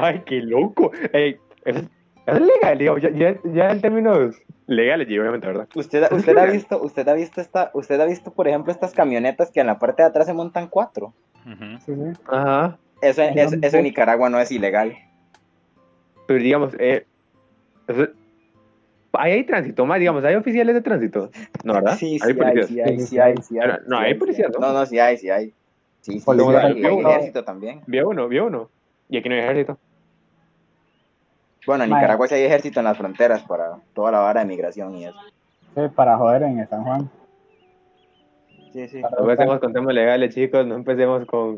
S1: Ay, qué loco. Ey, eso, eso es legal, digo, ya, ya, ya en términos legales, y obviamente, ¿verdad?
S2: Usted, usted ha visto, usted ha visto esta, usted ha visto, por ejemplo, estas camionetas que en la parte de atrás se montan cuatro.
S4: Ujú.
S3: Sí, sí.
S1: Ajá.
S2: Eso, en- eso- eso en Nicaragua no es ilegal.
S1: Pero digamos, eh, eso- ahí hay tránsito, más, digamos, hay oficiales de tránsito. No, ¿verdad?
S2: Sí, sí
S1: hay
S2: hay,
S1: policías.
S2: sí hay, sí hay, sí hay.
S1: Pero no,
S2: sí
S1: hay policías,
S2: sí hay.
S1: ¿no?
S2: No, no, sí hay, sí hay. Sí, sí, sí,
S3: Policías
S2: hay,
S1: del
S2: y hay
S1: pueblo.
S2: ejército también.
S1: Vi a uno, vi a uno. Y aquí no hay ejército.
S2: Bueno, en
S3: Mae.
S2: Nicaragua sí hay ejército en las fronteras para toda la vara de migración y eso.
S3: Sí, para joder en el San Juan.
S2: Sí, sí.
S1: No empecemos con temas legales, chicos. No empecemos con.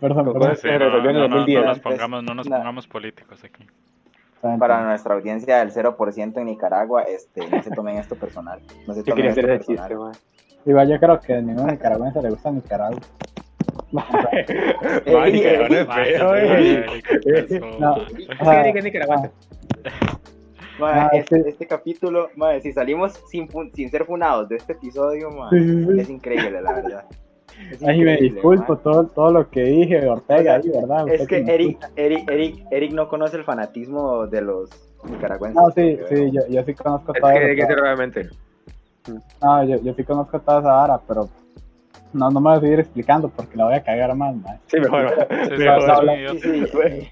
S3: Perdón,
S1: con
S3: perdón.
S1: cosas
S4: Sí,
S1: que se
S4: no,
S1: resolvieron en
S4: no, no, no
S1: 2010.
S2: Pues,
S4: nos pongamos, no nos
S2: Nah.
S4: pongamos políticos aquí.
S3: Exactamente.
S2: Para nuestra audiencia del 0% en Nicaragua, este, no se tomen esto personal. No se
S1: Yo
S2: tomen
S1: quería
S2: esto
S1: hacer ese
S2: personal.
S1: chiste, man.
S3: Igual yo creo que a ningún nicaragüense le gusta Nicaragua.
S1: Ay,
S2: Ey,
S1: que
S2: ey,
S1: ahora es
S4: Mae,
S1: feo, eh.
S4: qué pasó,
S3: No.
S4: mae.
S1: ¿Por qué digan nicaragüense?
S2: Mae,
S3: Ah,
S2: este,
S3: sí.
S2: este capítulo, mae, si salimos sin, fun- sin ser funados de este episodio, mae,
S3: Sí, sí, sí.
S2: es increíble, la verdad. Es
S3: Ay, me
S2: increíble,
S3: disculpo todo, todo lo que dije, Ortega, ahí,
S2: mae.
S3: ¿verdad? Usted
S2: Es que
S3: me
S2: Eric,
S3: escucha.
S2: Eric, Eric, Eric no conoce el fanatismo de los nicaragüenses.
S3: No, sí, sí, yo, yo sí conozco
S1: Es que
S3: toda
S1: hay que
S3: esa-
S1: ser realmente.
S3: no, yo, yo sí conozco toda esa vara, pero no, no me voy a seguir explicando porque la voy a cagar más, mae.
S1: Sí, mejor.
S4: Sí, sí,
S1: Mejor.
S4: sos un
S3: habla-
S2: Sí,
S4: idiota.
S2: sí.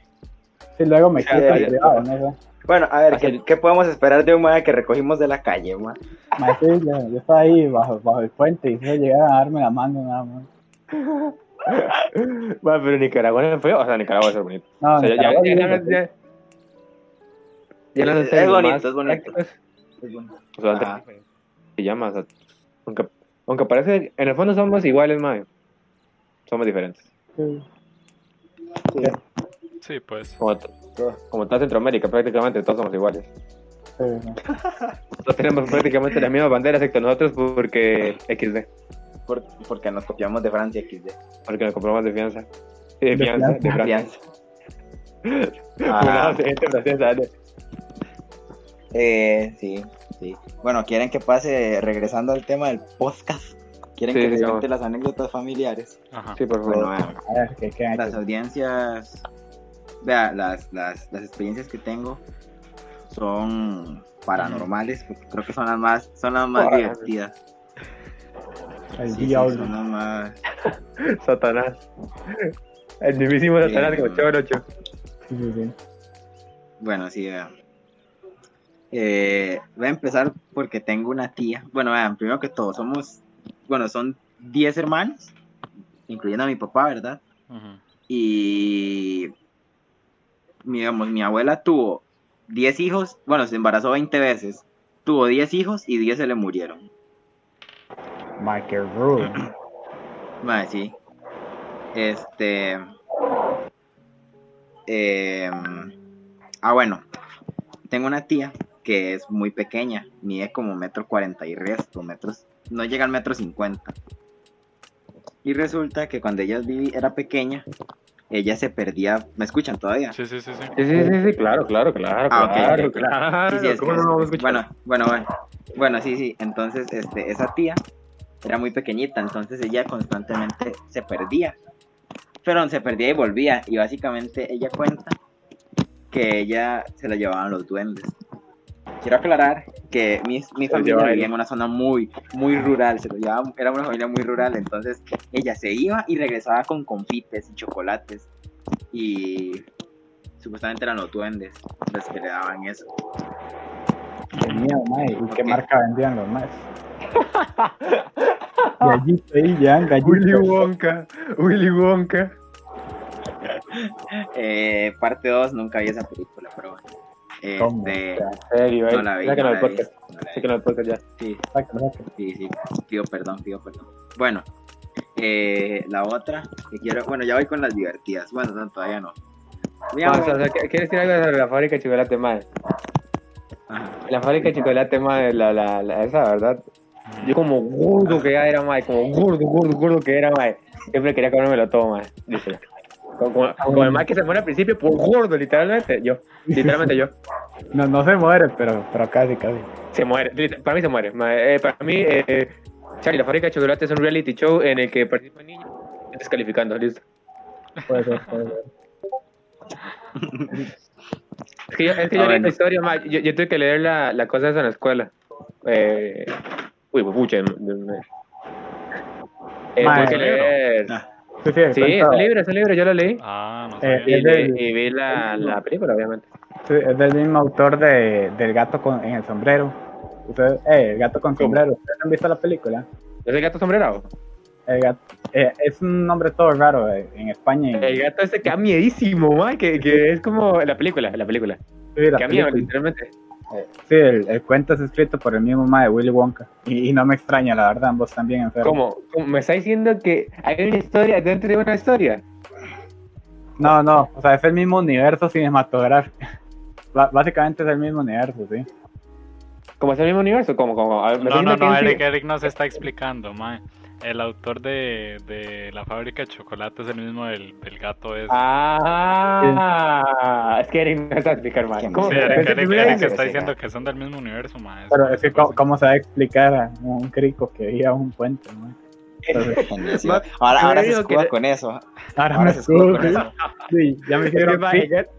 S3: Si luego me
S1: Ya,
S3: quita
S2: ya, ya.
S3: el privado, no sé.
S2: Bueno, a ver, ¿qué,
S1: Así-
S2: qué podemos esperar de un mae que recogimos de la calle, mae?
S3: Mae, sí, yo, yo estaba ahí bajo, bajo el puente y se llegaron a darme la mano nada más.
S1: Bueno, pero Nicaragua no es feo. O sea, Nicaragua es bonito.
S3: No,
S1: O sea, ya, ya,
S3: Nicaragua
S1: ya,
S3: es
S1: ya,
S3: lindo, sí.
S1: ya- ya las
S2: Es-
S1: hacen
S2: es bonito,
S1: más
S2: es bonito.
S1: prácticas. O sea,
S2: Ah,
S1: antes se llama, o sea, aunque, aunque parece, en el fondo somos iguales, mae. Somos diferentes.
S3: Sí.
S2: Sí.
S4: Sí, pues.
S1: Como, t- como está Centroamérica, prácticamente todos somos iguales.
S3: Sí, no.
S1: Todos tenemos prácticamente las mismas banderas, excepto nosotros, porque XD,
S2: Por- porque nos copiamos de Francia, XD.
S1: porque nos compramos de fianza. Sí, de
S3: De
S1: fianza, de
S3: fianza.
S1: Francia.
S2: Francia. Ah.
S1: Fulano, de gente francesa, de-
S2: Eh, sí, sí. Bueno, quieren que pase regresando al tema del podcast. Quieren
S1: Sí,
S2: que les
S1: digamos.
S2: cuente las anécdotas familiares.
S4: Ajá.
S1: Sí, por
S2: Bueno,
S1: favor. eh.
S2: vean,
S3: A ver, ¿qué, qué hay?
S2: las audiencias, vea, las, las, las experiencias que tengo son paranormales, porque creo que son las más, son las más
S1: Paranormal.
S2: divertidas.
S3: El
S2: Sí, sí,
S3: diablo.
S2: son las más.
S1: Satanás. El mismísimo Satanás
S2: Sí.
S1: como Chorocho.
S3: Sí, sí, sí.
S2: Bueno, sí, vean. Eh, voy a empezar porque tengo una tía. Bueno, vean, primero que todo, somos, bueno, son 10 hermanos, incluyendo a mi papá, ¿verdad?
S4: Ujú.
S2: y digamos, mi abuela tuvo 10 hijos, bueno, se embarazó 20 veces, tuvo 10 hijos y 10 se le murieron.
S3: Michael Rule.
S2: Mae, sí. Este. em, ah, bueno. Tengo una tía que es muy pequeña, mide como metro cuarenta y resto, metros. No llega al metro cincuenta. Y resulta que cuando ella vivi- era pequeña, ella se perdía. ¿Me escuchan todavía?
S4: Sí, sí, sí, sí.
S1: Sí, sí, sí, sí, claro, claro, claro,
S2: Ah, ok,
S1: claro,
S2: ok.
S1: claro.
S2: Sí, sí, es
S1: ¿Cómo
S2: que-
S1: no lo vamos a escuchar?
S2: Bueno, bueno, bueno. Bueno, sí, sí. Entonces, este, esa tía era muy pequeñita, entonces ella constantemente se perdía. Pero se perdía y volvía. Y básicamente ella cuenta que ella se la llevaban los duendes. Quiero aclarar que mi, mi
S1: Se llevaba
S2: familia vivía
S1: el-
S2: en una zona muy, muy rural. Se lo llevaba- era una familia muy rural. Entonces ella se iba y regresaba con confites y chocolates. Y supuestamente eran los duendes los que le daban eso.
S3: Qué miedo, mae. ¿Y qué
S2: Ok.
S3: marca vendían los maes? Gallito ahí, ya,
S1: Willy
S3: gallito.
S1: Wonka, Willy Wonka.
S2: Eh, parte 2, nunca vi esa película, pero bueno.
S3: ¿Cómo?
S2: Este,
S1: En serio, eh.
S2: no la vi.
S1: Sáquenlo
S2: no
S1: del
S2: la vi,
S1: podcast.
S2: no la vi.
S1: Sáquenlo del podcast ya.
S2: Sí,
S3: Saca, saca.
S2: sí, sí. Pido perdón, pido perdón. Bueno, eh, la otra que quiero. Bueno, ya voy con las divertidas. Bueno, no, todavía no. Mi
S1: Vamos,
S2: abuela-
S1: o sea, ¿qu- ¿Quieres decir algo sobre la fábrica de chocolate, madre?
S2: Ajá.
S1: La fábrica de chocolate, madre, la, la, la, esa, ¿verdad? Yo como gordo que ya era, madre, como gordo, gordo, gordo que era, madre. Siempre quería comérmelo todo, madre. Dice. Como, como, como el madre que se muere al principio por gordo, literalmente. Yo, literalmente yo.
S3: No, no se muere, pero, pero casi, casi.
S1: Se muere, lit- para mí se muere. mae. Eh, para mí, eh, Charlie, la fábrica de chocolate es un reality show en el que participan niños descalificando, listo.
S3: Puede ser, puede ser.
S1: Es que yo, es que
S2: Ah,
S1: yo leí
S2: bueno.
S1: la historia, ma, yo, yo tuve que leer la, la cosa esa en la escuela. Eh, uy, pucha. de- de- Eh,
S3: Ma,
S1: tuve
S3: ¿es
S1: que
S4: un libro?
S1: leer.
S2: Ah,
S3: Sí,
S1: Sí,
S3: sí,
S1: es
S3: cuenta-
S1: un libro, es un libro, yo lo leí.
S4: Ah, no
S3: Eh,
S4: sabía.
S1: Y,
S3: es del-
S1: y vi la, la película, obviamente.
S3: sí, es del mismo autor de, del gato con, en el sombrero. Ustedes, eh, el gato con
S1: ¿Cómo?
S3: sombrero. ¿Ustedes han visto la película?
S1: ¿Es el gato sombrerado?
S3: El gato, eh, es un nombre todo raro eh, en España. y-
S1: El gato ese que da miedísimo, ma, que, que es como la película, la película.
S3: sí, la
S1: Que da miedo,
S3: película.
S1: literalmente.
S3: Sí, el, el cuento es escrito por el mismo ma de Willy Wonka. Y, y no me extraña, la verdad, ambos están bien enfermos.
S1: ¿Cómo? ¿Cómo? ¿Me está diciendo que hay una historia dentro de una historia?
S3: No, no, o sea, es el mismo universo cinematográfico. Ba- básicamente es el mismo universo, sí.
S1: ¿Cómo es el mismo universo? ¿Cómo, cómo? A
S2: Pues,
S1: ver, me
S4: No, no,
S1: imagino
S4: no,
S1: que en sí-
S4: Eric, Eric nos está explicando, mae. El autor de, de la fábrica de chocolate es el mismo del, del gato ese.
S1: Ah, es que Eric no está explicando
S2: Sí,
S1: mal.
S4: Sí,
S1: ¿Cómo?
S2: pero
S4: Eric,
S1: Pensé que
S4: Eric,
S1: me
S4: Eric
S1: iba a decir.
S4: está
S2: sí,
S4: diciendo
S2: ya.
S4: que son del mismo universo, mae.
S3: Pero es que,
S4: Una
S3: ¿cómo,
S4: cosa
S3: cómo se va a explicar a un crico que vivía un puente? mae? Entonces,
S2: Buenísimo. Ahora, ahora se
S1: Creo
S2: escuda
S1: que-
S2: con eso.
S3: ahora
S2: Ahora
S3: me
S2: se escuda
S3: escudo,
S2: con eso.
S3: sí, ya me
S1: Pero,
S3: hicieron
S1: ma, el,
S3: pic.
S1: gato,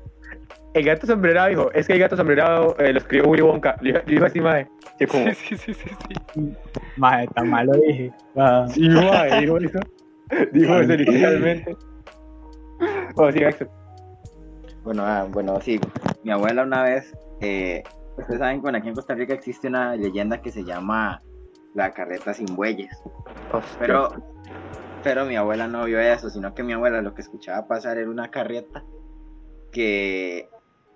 S1: el gato sombrerado dijo, es que el gato sombrerado eh, lo escribió Willy Wonka. Yo, yo digo así, madre. Yo como,
S4: así. Sí, sí, sí, sí, sí.
S3: Mae, tan mal lo dije. Ah,
S1: sí, madre, dijo eso. Dijo eso literalmente. O sí, Gaxo.
S2: Bueno, ah, bueno, sí. Mi abuela una vez, eh, ustedes saben, bueno, aquí en Costa Rica existe una leyenda que se llama la carreta sin bueyes. Pero, pero mi abuela no vio eso, sino que mi abuela lo que escuchaba pasar era una carreta que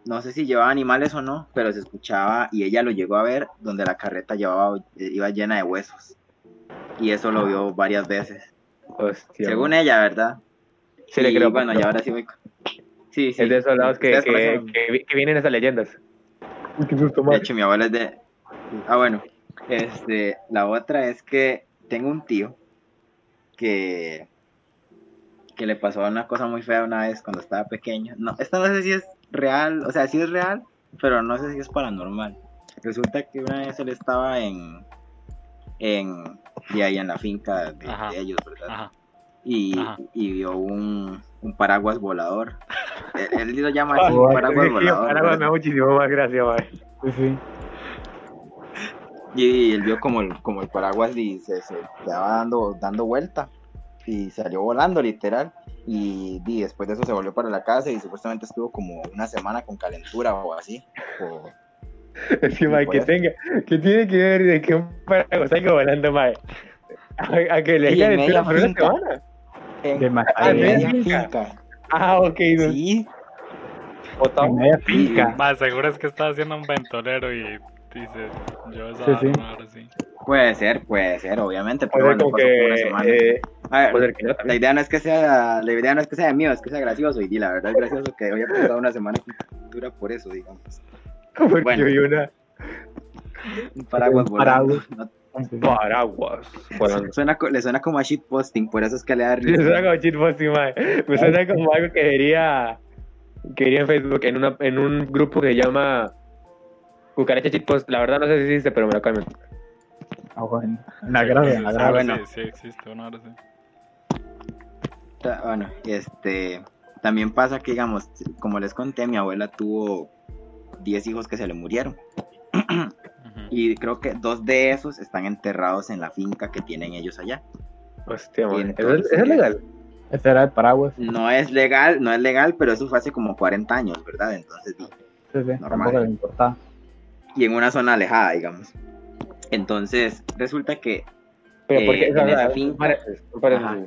S2: no sé si llevaba animales o no, pero se escuchaba y ella lo llegó a ver donde la carreta llevaba, iba llena de huesos. Y eso lo vio varias veces.
S1: Hostia,
S2: Según ella, ¿verdad?
S1: Sí, le
S2: Y
S1: creo.
S2: Bueno,
S1: pero
S2: ya ahora sí voy. con- Sí, sí.
S1: Es de esos lados que,
S2: Ustedes
S1: que,
S2: conocen-
S1: que, vi- que vienen esas leyendas.
S2: De hecho, mi abuela es de. Ah, bueno. Este, la otra es que tengo un tío que. que le pasó una cosa muy fea una vez cuando estaba pequeño. No, esta no sé si es real, o sea, sí es real, pero no sé si es paranormal. Resulta que una vez él estaba en. en. de ahí en la finca de,
S4: Ajá.
S2: de ellos, ¿verdad?
S4: Ajá.
S2: Y,
S4: Ajá.
S2: y vio un, un paraguas volador. él, él lo llama
S1: Ah,
S2: así, un paraguas volador.
S1: Paraguas
S2: ¿verdad?
S1: me da muchísimo más gracia, madre.
S3: sí, sí.
S2: Y él vio como el, como el paraguas y se, se quedaba dando, dando vuelta. Y salió volando, literal. Y, di, después de eso se volvió para la casa y supuestamente estuvo como una semana con calentura o así. o-
S1: Es que,
S2: pues.
S1: madre, que tenga, que tiene que ver de que un paraguas salga volando, madre. A, a que le
S2: Y
S1: digan
S2: en media
S1: por una
S2: finca.
S1: semana.
S2: en,
S3: De más eh.
S2: en media
S1: en
S2: finca.
S1: media Ah, ok, no.
S2: Sí,
S3: en media finca.
S4: Mae, seguro es que está haciendo un ventolero y dice, yo esa
S3: Sí, sí.
S4: arma ahora sí.
S2: puede ser, puede ser, obviamente.
S1: O
S2: Pero
S1: sea,
S2: bueno,
S1: como
S2: pasó por una
S1: que.
S2: semana.
S1: eh,
S2: A ver,
S1: puede ser que no también.
S2: la idea no es que sea, la idea no es que sea mío, es que sea gracioso. Y di, la verdad es gracioso que había pasado una semana con calentura por eso, digamos.
S1: Porque
S2: Bueno.
S1: vi una.
S2: Un paraguas
S3: Un
S2: volando.
S3: paraguas.
S2: no-
S3: Sí, sí.
S1: Paraguas. volando.
S2: suena, co- le suena como a shitposting, por eso es que le
S1: Me
S2: da risa.
S1: suena como shitposting, mae. Me suena como algo que vería, que vería en Facebook, en, una, en un grupo que se llama Cucaracha Shitpost. La verdad no sé si existe, pero me lo cambian.
S3: Ah, bueno. Una gracia, una
S4: Sí,
S3: gracia.
S4: sí,
S2: bueno.
S4: sí, existe una ahora sí.
S2: Ta- Bueno, este también pasa que digamos, como les conté, mi abuela tuvo 10 hijos que se le murieron
S4: Ujú.
S2: y creo que dos de esos están enterrados en la finca que tienen ellos allá.
S1: Hostia,
S2: Y
S1: mae. ¿Eso, es-
S2: entonces-
S1: eso es legal?
S3: Ese era el paraguas. Sí,
S2: No es legal, no es legal, pero eso fue hace como 40 años, ¿verdad? Entonces, di-
S3: sí, tampoco le importaba.
S2: y en una zona alejada, digamos. Entonces, resulta que
S1: Pero
S2: Eh,
S1: porque,
S2: en esa finca. pues, Ajá.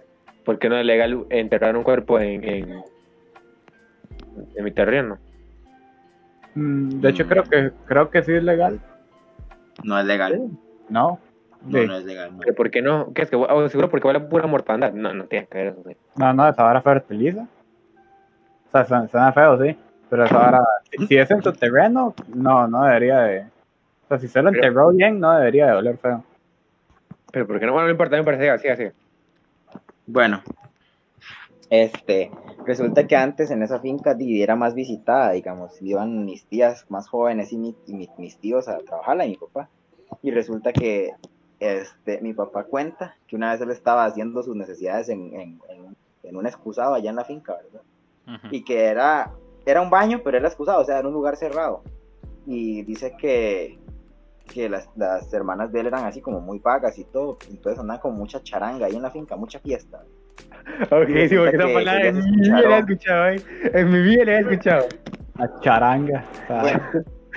S1: ¿Por qué no es legal enterrar un cuerpo en, en, en mi terreno?
S3: Mm, De hecho,
S2: Mm.
S3: creo que creo que sí es legal.
S2: no es legal.
S3: No.
S2: No,
S3: Sí.
S2: no es legal. no.
S1: ¿Pero por qué no? ¿Qué es que ah, seguro porque vale pura mortandad? No, no tiene que ver eso. mae.
S3: No, no, esa vara fertiliza. O sea, suena, suena feo, sí. Pero esa vara, si, si es en tu terreno, no, no debería de. O sea, si se lo
S1: Pero-
S3: enterró bien, no debería de oler feo.
S1: Pero ¿por qué no? Bueno, no importa, me parece así, así.
S2: Bueno, este, resulta que antes en esa finca di, era más visitada, digamos, iban mis tías más jóvenes y, mi- y mi- mis tíos a trabajarla y mi papá. Y resulta que este, mi papá cuenta que una vez él estaba haciendo sus necesidades en, en- en- en un excusado allá en la finca, ¿verdad?
S4: Ujú.
S2: Y que era, era un baño, pero era excusado, o sea, era un lugar cerrado. Y dice que, que las, las hermanas de él eran así como muy vagas y todo, entonces andaban con mucha charanga ahí en la finca, mucha fiesta.
S1: Ok,
S2: Y
S1: sí,
S2: resulta
S1: porque esa
S2: que-
S1: palabra
S2: que
S1: en
S2: ya se
S1: mi vida la he
S2: escucharon.
S1: escuchado, eh. En mi vida la he escuchado.
S3: La charanga. o sea,
S2: Bueno,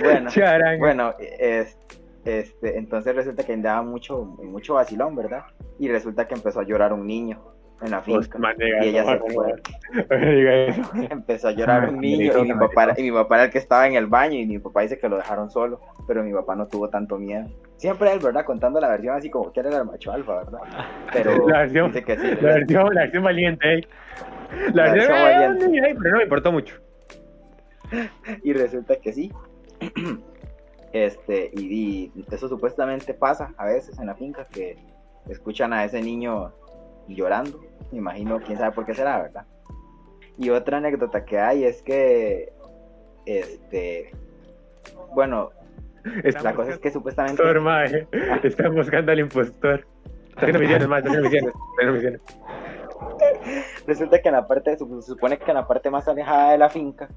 S2: bueno,
S1: Charanga.
S2: bueno, es- este, entonces resulta que andaba mucho, mucho vacilón, ¿verdad? Y resulta que empezó a llorar un niño en la
S1: Pues,
S2: finca.
S1: man, diga
S2: Y ella
S1: eso,
S2: se
S1: por
S2: fue.
S1: favor. Diga eso.
S2: Empezó a
S1: Ah,
S2: llorar un niño y mi, papá, era- y mi papá era el que estaba en el baño y mi papá dice que lo dejaron solo, pero mi papá no tuvo tanto miedo. Siempre él, ¿verdad? Contando la versión así como que él era el macho alfa, ¿verdad? Pero
S1: La versión-
S2: dice que sí.
S1: La versión, la versión valiente, eh. La,
S2: La
S1: versión,
S2: versión
S1: eh,
S2: valiente.
S1: ay, pero no me importó mucho.
S2: y resulta que sí. Este, y, y eso supuestamente pasa a veces en la finca que escuchan a ese niño llorando. Me imagino, quién sabe por qué será, ¿verdad? Y otra anécdota que hay es que, este, bueno, la cosa es que supuestamente...
S1: Impostor, mae. Están buscando al impostor. Haciendo misiones, mae, haciendo misiones. haciendo misiones.
S2: Resulta que en la parte, se supone que en la parte más alejada de la finca,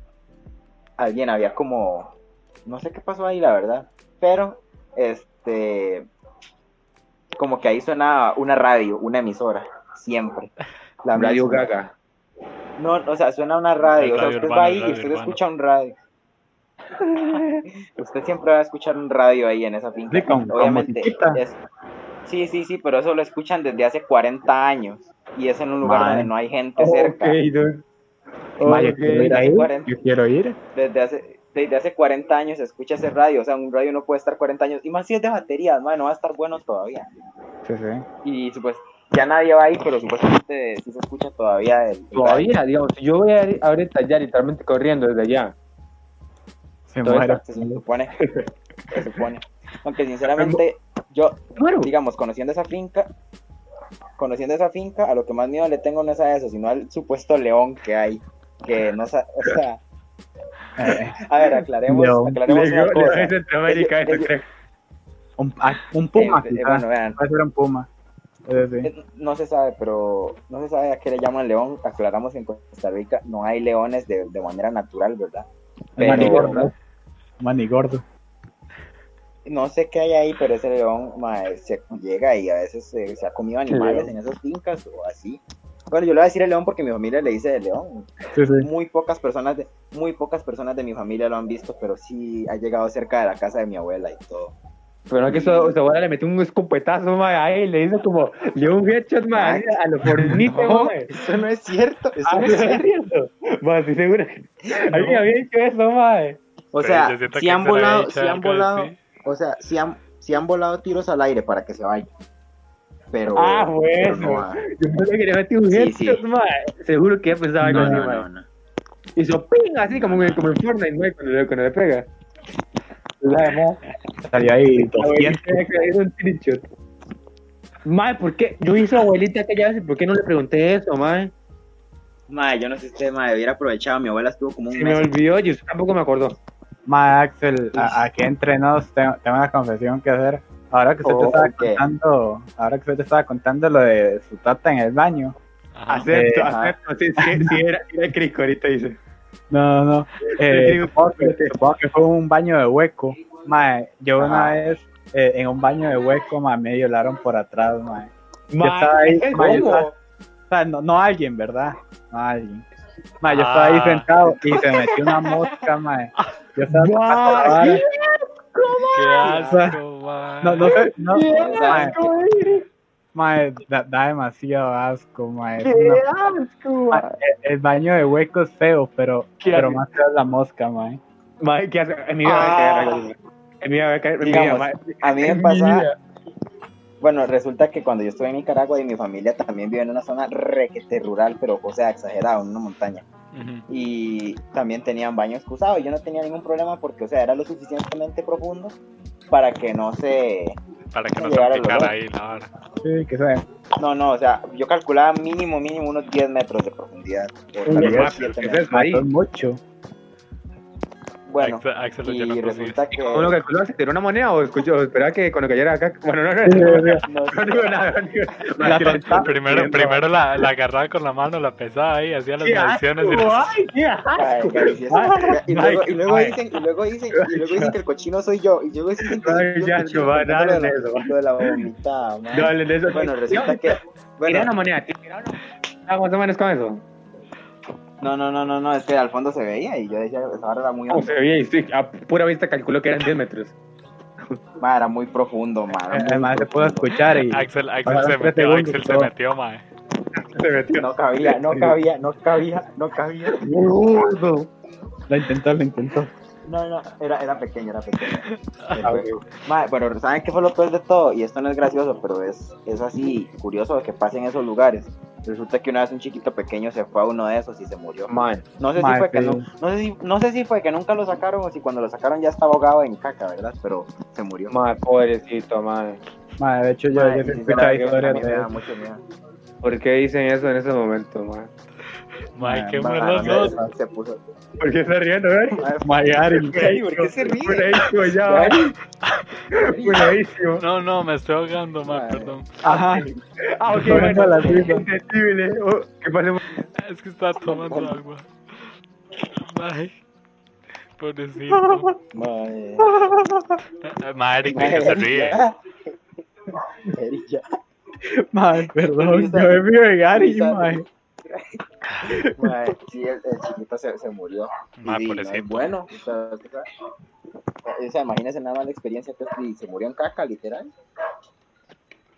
S2: alguien había como, no sé qué pasó ahí, la verdad, pero, este, como que ahí suena una radio, una emisora, siempre. La
S1: Radio
S2: misma.
S1: Gaga.
S2: No, o sea, suena una radio, o sea,
S4: Radio
S2: usted
S4: urbana,
S2: va ahí
S4: radio
S2: y usted
S4: urbana.
S2: escucha un radio. usted siempre va a escuchar un radio ahí en esa finca.
S3: Sí, con- con
S2: Obviamente.
S3: musiquita.
S2: es- Sí, sí, sí, pero eso lo escuchan desde hace 40 años y es en un lugar
S3: Madre.
S2: donde no hay gente cerca.
S1: Ok, dude.
S3: Ma, yo
S1: Ok.
S3: quiero ir
S2: Hace
S3: ahí,
S2: 40.
S3: yo quiero ir.
S2: desde hace, desde hace 40 años se escucha ese radio, o sea, un radio no puede estar 40 años, y más si es de baterías, madre, no va a estar bueno todavía.
S3: Sí, sí.
S2: Y pues, ya nadie va ahí, pero supuestamente sí se escucha todavía el... el
S1: Todavía, digamos, si yo voy a ir ahorita ya literalmente corriendo desde allá.
S3: Se
S2: radio.
S3: muere.
S2: Se supone, se supone. Aunque sinceramente, yo,
S1: Bueno,
S2: digamos, conociendo esa finca, conociendo esa finca, a lo que más miedo le tengo no es a eso, sino al supuesto león que hay, que no sa- o sea,
S3: Eh,
S2: a ver, aclaremos,
S3: León.
S2: aclaremos una cosa.
S1: Centroamérica,
S2: Ellos-
S1: eso creo.
S3: un, ah, un puma,
S2: Eh, eh,
S3: quizás.
S2: bueno, vean,
S3: Puede ser un puma. Sí, sí.
S2: Eh, No se sabe, pero no se sabe a qué le llaman león. Aclaramos que en Costa Rica no hay leones de, de manera natural, ¿verdad?
S3: Un
S2: Pero-
S3: manigordo. Un manigordo.
S2: No sé qué hay ahí, pero ese león mae, se llega y a veces eh, se, ha comido animales en esas fincas o así. Bueno, yo le voy a decir el león porque mi familia le dice el león.
S3: Sí, sí.
S2: Muy pocas personas de muy pocas personas de mi familia lo han visto, pero sí ha llegado cerca de la casa de mi abuela y todo.
S1: Pero que su, su abuela le metió un escopetazo, mae, ahí y le hizo como, le dio un headshot, mae, a lo fornito,
S2: No,
S1: mae.
S2: eso no es cierto, eso
S1: Ah,
S2: no
S1: ¿no
S2: es
S1: es
S2: cierto.
S1: cierto? Mae, estoy seguro. Alguien
S4: No.
S1: había dicho eso, mae.
S2: O
S4: Pero
S2: sea,
S4: yo siento
S2: si
S4: que
S2: han
S4: se le había
S2: volado,
S4: dicho
S2: si han
S4: algo de
S2: volado,
S4: sí.
S2: O sea, si han, sí han volado tiros al aire para que se vaya. Pero.
S1: Ah, bueno.
S2: pero no ha-
S1: Yo pensé que le metió un
S2: Sí,
S1: headshot,
S2: sí.
S1: mae. Seguro que ya pensaba algo
S2: no,
S1: así,
S2: no,
S1: mae.
S2: no, no.
S1: Y hizo ping, así como, en- como en Fortnite, mae, cuando, le- cuando le pega. La, mae.
S3: Estaría ahí
S1: Abuelita
S3: 200.
S1: que era un trichot. Mae, ¿por qué? Yo hice abuelita aquella vez y ¿por qué no le pregunté eso, mae?
S2: Madre, yo no sé si usted, madre, hubiera aprovechado. Mi abuela estuvo como un
S1: Se me
S2: mes.
S1: olvidó y usted tampoco me acordó.
S3: Ma, Axel, a- aquí entre nos tengo, tengo una confesión que hacer. Ahora que usted te
S2: Oh,
S3: estaba
S2: ok.
S3: contando, ahora que usted te estaba contando lo de su tata en el baño.
S4: Ajá.
S3: Acepto,
S2: acepto.
S1: Sí, sí, era, era crico ahorita dice.
S3: No, no, no.
S1: Sí,
S3: Eh,
S1: sí,
S3: supongo, que, supongo que fue un baño de hueco. Ma, yo una
S2: Ajá.
S3: vez eh, en un baño de hueco ma, me violaron por atrás, ma. Yo estaba
S1: Mae,
S3: ahí,
S1: ¿qué
S3: ma, yo
S1: cómo?
S3: estaba- o sea, no, no alguien, ¿verdad? No alguien. Ma, yo estaba ahí
S4: Ah.
S3: sentado y se metió una mosca, ma. Yo estaba tapando la
S1: Guau,
S3: vara.
S4: Qué asco,
S3: No, no sé, no,
S1: ¡Qué
S3: ma,
S1: asco, mae!
S3: ma, da, da demasiado asco, ma. Es
S1: ¡Qué
S3: una-
S1: asco!
S3: ma, el, el baño de hueco es feo, pero,
S1: Qué
S3: pero
S1: asco.
S3: más feo es la mosca, ma.
S1: Mae, ¿qué asco? En mi vida voy a cagar algo. En mi vida voy a cagar, en mi vida,
S2: Digamos,
S1: mae.
S2: A mí me
S1: En mi
S2: pasaba.
S1: vida.
S2: Bueno, resulta que cuando yo estuve en Nicaragua y mi familia también vive en una zona requete rural, pero, o sea, exagerado, en una montaña.
S4: Ujú.
S2: y también tenían baño excusado. Yo no tenía ningún problema porque, o sea, era lo suficientemente profundo para que no se.
S4: Para que no
S2: Llegar al
S4: salpicara
S2: olor.
S4: ahí la vara.
S3: Sí, que sea.
S2: No, no, o sea, yo calculaba mínimo, mínimo unos 10 metros de profundidad. O tal
S3: Uy,
S2: vez
S1: mae,
S2: siete
S1: ¿qué es
S2: metros.
S1: eso ahí?
S3: Mató mucho.
S2: Bueno,
S4: Axel, Axel lo llenó
S2: y
S4: con sus-
S2: resulta que.
S1: ¿Cómo lo calculó? ¿Se tiró una moneda o escuchó? o esperaba que cuando cayera acá? Bueno, no, no,
S3: Sí,
S1: no.
S3: sí, sí.
S2: no sé,
S1: No digo nada, no digo nada.
S3: La
S1: Tranquila,
S3: torta-
S4: Primero, primero la, la agarraba con la mano, la pesaba ahí, hacía las
S1: ¡Qué
S4: mediciones y
S1: asco!
S4: las-
S1: ¡Ay, qué asco!
S2: madre, que Ah, sí, eso- Y luego, y luego
S1: Ay,
S2: dicen, y luego dicen, y luego dicen que el cochino soy yo, y luego dicen que soy
S1: Ay,
S2: yo el
S1: ya,
S2: cochino,
S1: no va,
S2: contando
S1: nada de
S2: lo de
S1: eso,
S2: la-
S1: va.
S2: lo de la vomitada, madre.
S1: No hablen de eso.
S2: Bueno, resulta
S1: Tío,
S2: que,
S1: Tira
S2: bueno,
S1: una moneda, tío, tira una moneda. Ah, más o menos con eso.
S2: no, no, no, no, no, es que al fondo se veía y yo decía, esa barra era muy
S1: Ah, se veía y sí, a pura vista calculó que eran 10 metros.
S2: Ma, era muy profundo, ma. era
S1: Eh,
S2: muy
S3: Además se pudo
S2: profundo.
S3: escuchar y
S4: Axel, Axel
S3: Pasaron
S4: se
S3: tres
S4: metió,
S3: segundos,
S4: Axel se
S3: todo.
S4: metió, mae.
S1: Se metió.
S2: No cabía,
S1: eh,
S2: no cabía, no cabía, no cabía.
S1: Gordo.
S3: lo intentó, lo intentó.
S2: No, no, era, era pequeño, era pequeño.
S3: Ah, ok.
S2: Ma, pero ¿saben qué fue lo peor de todo? Y esto no es gracioso, pero es, es así curioso que pase en esos lugares. Resulta que una vez un chiquito pequeño se fue a uno de esos y se murió.
S1: Mae,
S2: No sé, si
S3: Mae,
S2: fue que
S3: sí.
S2: nu- no sé si- no sé si fue que nunca lo sacaron o si cuando lo sacaron ya estaba ahogado en caca, ¿verdad? Pero se murió.
S1: mae, pobrecito, mae.
S3: Mae, de hecho, yo,
S2: Mae,
S3: yo
S2: sí,
S3: sí
S2: a
S3: he escuchado
S2: mí- a
S3: historias
S2: mí
S3: de
S2: me da
S3: eso.
S2: mucho miedo.
S1: ¿Por qué dicen eso en ese momento, mae?
S4: Mae,
S3: Mae,
S4: qué
S3: mae,
S4: malos
S3: mae,
S4: dos.
S3: dos.
S2: Se puso.
S1: ¿Por qué se ríen, eh?
S3: Mae, Ari,
S2: Ay, ¿por qué se ríe?
S1: Buenísimo, ya, mae. Buenísimo.
S4: No, no, me estoy ahogando, mae,
S2: Mae.
S4: perdón.
S3: Ajá.
S1: Ah, ok,
S3: Bueno,
S1: bueno.
S3: la misma.
S1: Indetenible. Oh, ¿Qué pasa?
S4: Es que estaba tomando agua. Mae. Pobrecito.
S2: Mae.
S4: Mae, Eric, que se ríe.
S2: Eric, ya.
S3: Mae, perdón,
S2: Risa.
S3: yo me río de Ari,
S2: Risa.
S3: mae.
S2: Mae, sí, el, el chiquito se, se murió. Y
S4: Mae,
S2: di, no es
S4: Ah, pobrecito.
S2: bueno. O sea, o sea, o sea, imagínense nada más la experiencia que es y se murió en caca, literal.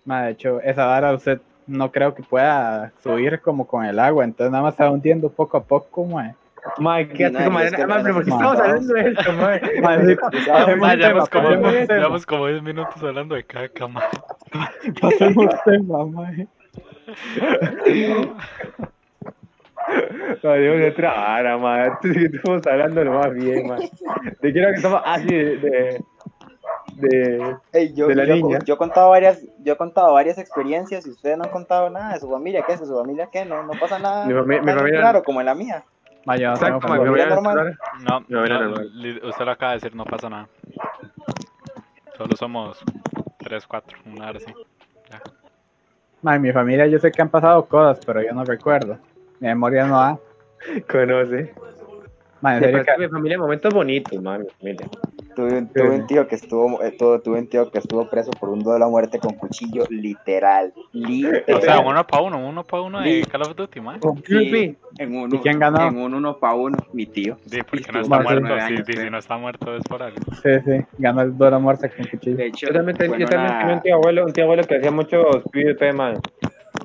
S3: Mae, de hecho, esa vara usted no creo que pueda subir como con el agua, entonces nada más se va hundiendo poco a poco, mae.
S1: Mae, qué
S2: Ni nada,
S1: asco, mae.
S2: es que
S1: Mae, pero ¿por qué
S3: no,
S1: estamos
S2: no.
S1: hablando de esto, mae?
S3: Mae, sí,
S1: Ah,
S2: Mae,
S4: Mae, llevamos como,
S3: pasemos tema,
S4: llevamos como 10 minutos hablando de caca, mae.
S3: pasemos tema, mae.
S1: No, digo de otra vara, mae. Tú sí que Estamos hablando lo más bien, mae. Te quiero que estamos así de... de... de...
S2: Ey, yo,
S1: de la
S2: yo-
S1: niña.
S2: yo he contado varias, yo he contado varias experiencias y ustedes no han contado nada de su familia, ¿qué es de su familia qué? No, no pasa nada.
S1: Mi fami- mi
S2: tan
S1: familia-
S2: Claro, como en la mía.
S3: Mae, yo no tengo
S1: Exacto, mae,
S3: favor.
S1: me voy a
S2: normal.
S1: explorar.
S4: No,
S1: No, era
S4: no,
S1: normal.
S4: li- usted lo acaba de decir, no pasa nada. Solo somos 3, 4, una hora así.
S3: Mae, en mi familia yo sé que han pasado cosas, pero yo no recuerdo. Mi memoria no da.
S1: Conoce.
S3: Mae,
S1: Me
S3: en serio
S1: parece
S3: que-
S1: mi familia momentos bonitos, mae, mi familia.
S2: Tuve un, tuve un tío que estuvo, eh, tuve, tuve un tío que estuvo preso por un duelo a muerte con cuchillo, literal, literal.
S4: O sea, uno pa' uno, uno pa' uno de
S2: Di-
S4: Call of Duty, mae.
S1: pues, Creepy.
S2: en
S3: ¿Y
S2: uno,
S3: quién ganó?
S2: en un uno pa' uno, mi tío.
S4: Sí, porque
S2: estuvo
S4: no está
S3: más de
S4: muerto.
S2: nueve
S4: sí,
S2: años,
S4: sí,
S2: sí.
S4: si no está muerto es por algo.
S3: Sí, sí, ganó el duelo a muerte con cuchillo.
S2: De hecho,
S1: Yo también, ten-
S2: fue
S1: yo
S2: en
S1: también
S2: una-
S1: tenía un tío abuelo, un tío abuelo que hacía muchos PvP, mae.